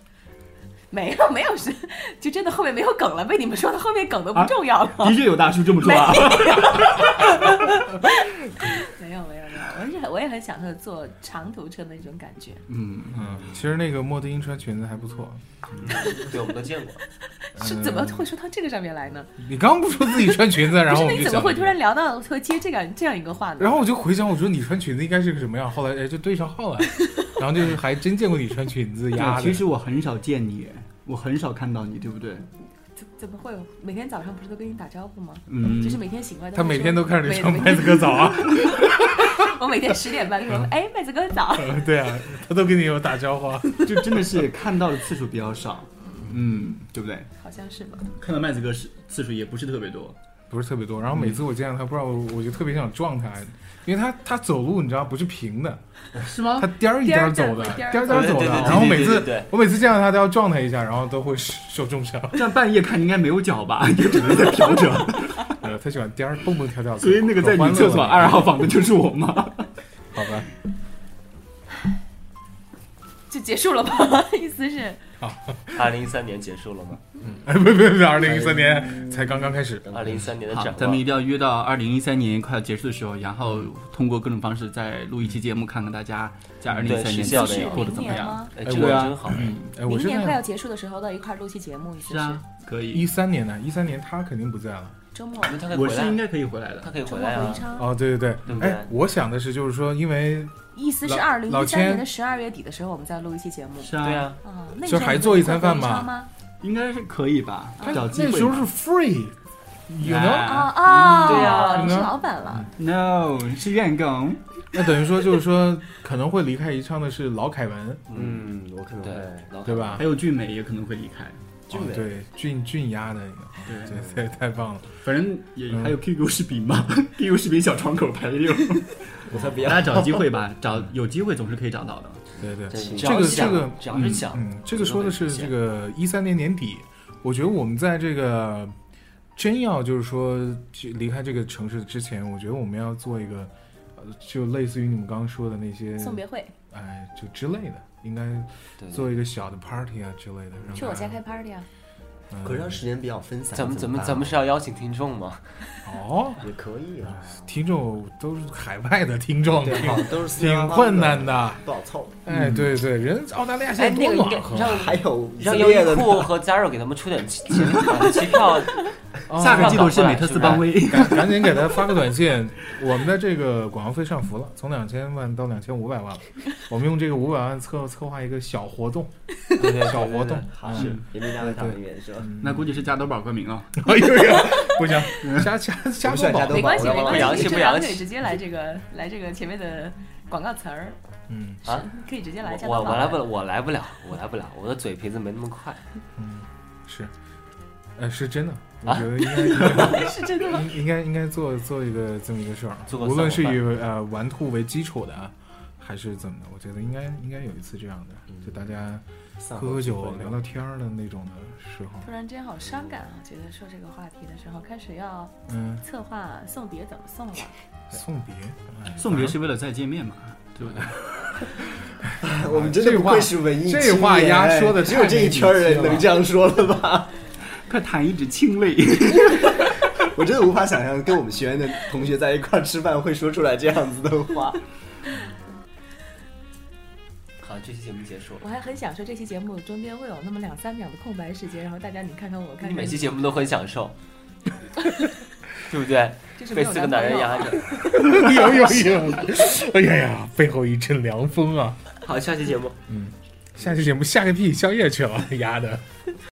S5: 没有没有是，就真的后面没有梗了，被你们说的后面梗都不
S4: 啊
S5: 重要了。
S4: 的确有大叔这么说啊。
S5: 没有没有没有，我是很我也很享受坐长途车的那种感觉。
S4: 嗯，
S3: 嗯，其实那个莫德英穿裙子还不错。
S7: 对，我们都见过。
S3: 嗯
S5: 是怎么会说到这个上面来呢？
S3: 你刚不说自己穿裙子，然
S5: 不
S3: 后
S5: 是
S3: 我们
S5: 你
S3: 就
S5: 怎么
S3: 想
S5: 会突然聊到会接这个这样一个话呢？
S3: 然后我就回想，我说你穿裙子应该是个什么样，后来哎就对上 号了，然后就是还真见过你穿裙子呀的。
S4: 其实我很少见你，我很少看到你，对不对？
S5: 怎怎么会有？每天早上不是都跟你打招呼吗？
S4: 嗯
S5: 就是每天醒过来都
S3: 他
S5: 会
S3: 每
S5: 说
S3: 天都看着你
S5: 每
S3: 穿
S5: 每
S3: 麦子嗯哥早 啊，
S5: 我每天十点半说，哎，麦子哥早。
S3: 呃对啊，他都跟你有打招呼啊。
S4: 就真的是看到的次数比较少，嗯，对不对？
S5: 好像是吧？
S4: 看到麦子哥是次数也不是特别多，
S3: 不是特别多，然后每次我见到他，不知道我我就特别想撞他，因为他他走路你知道不是平的，
S4: 是吗
S3: 他？颠儿一
S5: 颠
S3: 颠
S5: 儿
S3: 儿走的，
S5: 颠儿
S3: 颠儿颠儿
S7: 对
S3: 走的。
S7: 对对对
S3: 然后每
S7: 对
S3: 次
S7: 对对
S3: 我每次见到他都要撞他一下，然后都会受重伤。
S4: 这样半夜看应该没有脚吧，也只能在调整。
S3: 呃，他喜欢颠儿蹦蹦跳跳的。
S4: 所以那个在
S3: 可欢
S4: 女
S3: 乐
S4: 厕所
S3: 了
S4: 二号房的就是我吗？
S3: 好吧，
S5: 就结束了吧？ 意思是
S7: 二零一三年结束了吗？
S3: 哎，不不不，二零一三年才刚刚开始。
S7: 二零一三年的
S4: 好
S7: 展，
S4: 咱
S7: 望
S4: 们一定要约到二零一三年快要结束的时候，然后通过各种方式再录一期节目，看看大家在二零一三
S7: 对
S4: 年
S7: 实现
S4: 自
S7: 了
S4: 己
S7: 呀
S4: 过得
S5: 明
S4: 怎么
S5: 年
S4: 样
S5: 吗？。
S7: 哎，
S4: 哎
S7: 这个
S4: 对啊
S7: 真好。
S3: 哎，我
S5: 明
S3: 是
S5: 年快要
S3: 在
S5: 结束的时候到一块儿录期节目，意思
S4: 是啊，可以
S3: 一。三年呢，一三年他肯定不在了。
S5: 周末
S7: 因为他可以
S4: 我
S7: 回
S4: 是应
S7: 来，啊
S4: 该可以回来的
S7: 他。可以
S5: 周
S7: 回
S5: 末
S7: 来
S5: 回
S7: 啊。
S5: 昌，
S3: 哦，对对
S7: 对
S3: 对，
S7: 不对
S3: 哎，我想的是，就是说，因为
S5: 意思是
S3: 老
S5: 二零
S3: 老
S5: 一三
S3: 千
S5: 年的十二月底的时候，我们再录一期节目。
S4: 是
S7: 对
S4: 啊，
S7: 啊，
S5: 啊，那
S3: 就
S5: 你
S3: 还
S5: 你
S3: 做
S5: 会
S3: 一餐
S5: 回
S3: 饭
S5: 昌
S3: 嘛
S5: 吗？
S4: 应该是可以吧？
S3: 他
S4: 找
S3: 那
S4: 机会吧。
S3: 时候是 free，you
S4: 哎
S3: know，
S5: 啊啊！
S7: 对呀
S5: 你是
S3: 嗯
S5: 老板了，
S4: No，是员工。
S3: 那等于说就是说可能会离开宜昌的是老凯文，
S7: 嗯，我可能
S2: 对
S7: 会，
S3: 对？吧
S4: 还？有俊美也可能会离开，
S3: 哦对，俊俊丫的，
S4: 对，
S3: 对，太太棒了。
S4: 反正也
S3: 嗯
S4: 还有 QQ 视频嘛 ，QQ 视频小窗口排六，
S7: 我才不
S4: 大
S7: 要。
S4: 家找机会吧，找有机会总是可以找到的。
S3: 对对，
S7: 对
S3: 这个这个
S7: 只要是想，
S3: 嗯，这个说的是这个一三年年底，我觉得我们在这个真要就是说去离开这个城市之前，我觉得我们要做一个，呃，就类似于你们刚刚说的那些，
S5: 送别会，
S3: 哎，就之类的，应该
S7: 对
S3: 做一个小的 party 啊之类的。让
S5: 去我
S3: 大
S5: 家
S3: 家
S5: 开 party 啊！
S3: 嗯
S6: 可是让时间比较分散，
S7: 咱们咱
S6: 怎
S7: 们咱们是要邀请听众吗？
S3: 哦，
S6: 也可以啊，
S3: 听众都是海外的听众，
S6: 对，
S3: 嗯挺
S6: 好像都是四幺
S3: 挺
S6: 八
S3: 困难的。
S6: 不好凑。
S3: 哎，对对，人澳大利亚现在多啊
S7: 哎那个
S3: 暖和
S7: 让
S6: 还有以色
S7: 让
S6: 列
S7: 优
S6: 的
S7: 衣
S6: 呢
S7: 库嗯和 Zara 给他们出点机机票，
S3: 啊！
S4: 下个季度是
S7: 搞过
S4: 美
S7: 来
S4: 特斯
S7: 是吧
S4: 邦威，
S3: 赶赶紧给他发个短信，我们的这个广告费上浮了，从两千万到两千五百万了，我们用这个五百万策策划一个小活动，
S7: 对对
S3: 小活动，
S6: 好是人民大会堂里面是吧？
S3: 嗯
S4: 那估计是加多宝冠名啊。
S3: 哎呦呀，不 行，加加加多
S6: 选加
S7: 哦
S3: 宝，
S6: 多
S5: 没
S6: 宝
S5: 关系，
S6: 我
S5: 没
S6: 要
S7: 不
S5: 关
S7: 洋气
S5: 系，这
S7: 不
S5: 咱
S7: 洋
S5: 们可以
S7: 气
S5: 直接来这个来这个前面的广告词儿，
S3: 嗯，
S7: 啊！
S5: 可以直接来加
S7: 我
S5: 到
S7: 我
S5: 老
S7: 我来
S5: 板
S7: 不了，我来不了，我来不了，我的嘴皮子没那么快。
S3: 是，呃，是真的，我
S7: 啊
S3: 觉得应该
S5: 是真的吗？
S3: 应应该应该做做一个这么一个事儿，
S7: 做个
S3: 无论是
S7: 散
S3: 以呃玩兔为基础的啊，还是怎么的，我觉得应该应该有一次这样的，
S7: 嗯
S3: 就大家喝喝酒聊聊天儿的那种的时候，
S5: 突然之间好伤感啊！觉得说这个话题的时候，开始要
S3: 嗯，
S5: 策划送别怎么送了。
S3: 送别，哎
S4: 送别是为了再见面嘛，对不对？
S6: 哎我们真的不愧是文艺
S3: 这
S6: 青年，哎
S3: 话丫说得
S6: 只有这一圈儿人能这样说了吧？
S4: 快淌一指清泪。
S6: 我真的无法想象跟我们学院的同学在一块儿吃饭会说出来这样子的话。
S7: 好，这期节目结束了
S5: 我。还很享受这期节目中间会有那么两三秒的空白时间，然后大家你看看我看
S7: 你
S5: 看
S7: 每期
S5: 你，
S7: 节目都很享 受，对不对？
S5: 就是没
S7: 被
S5: 有
S7: 四个男人
S5: 朋友啊
S7: 压着。
S3: 有有有，哎呀呀，背后一阵凉风啊！
S7: 好，下期节目。
S3: 下期节目下个屁，宵夜去了，丫的。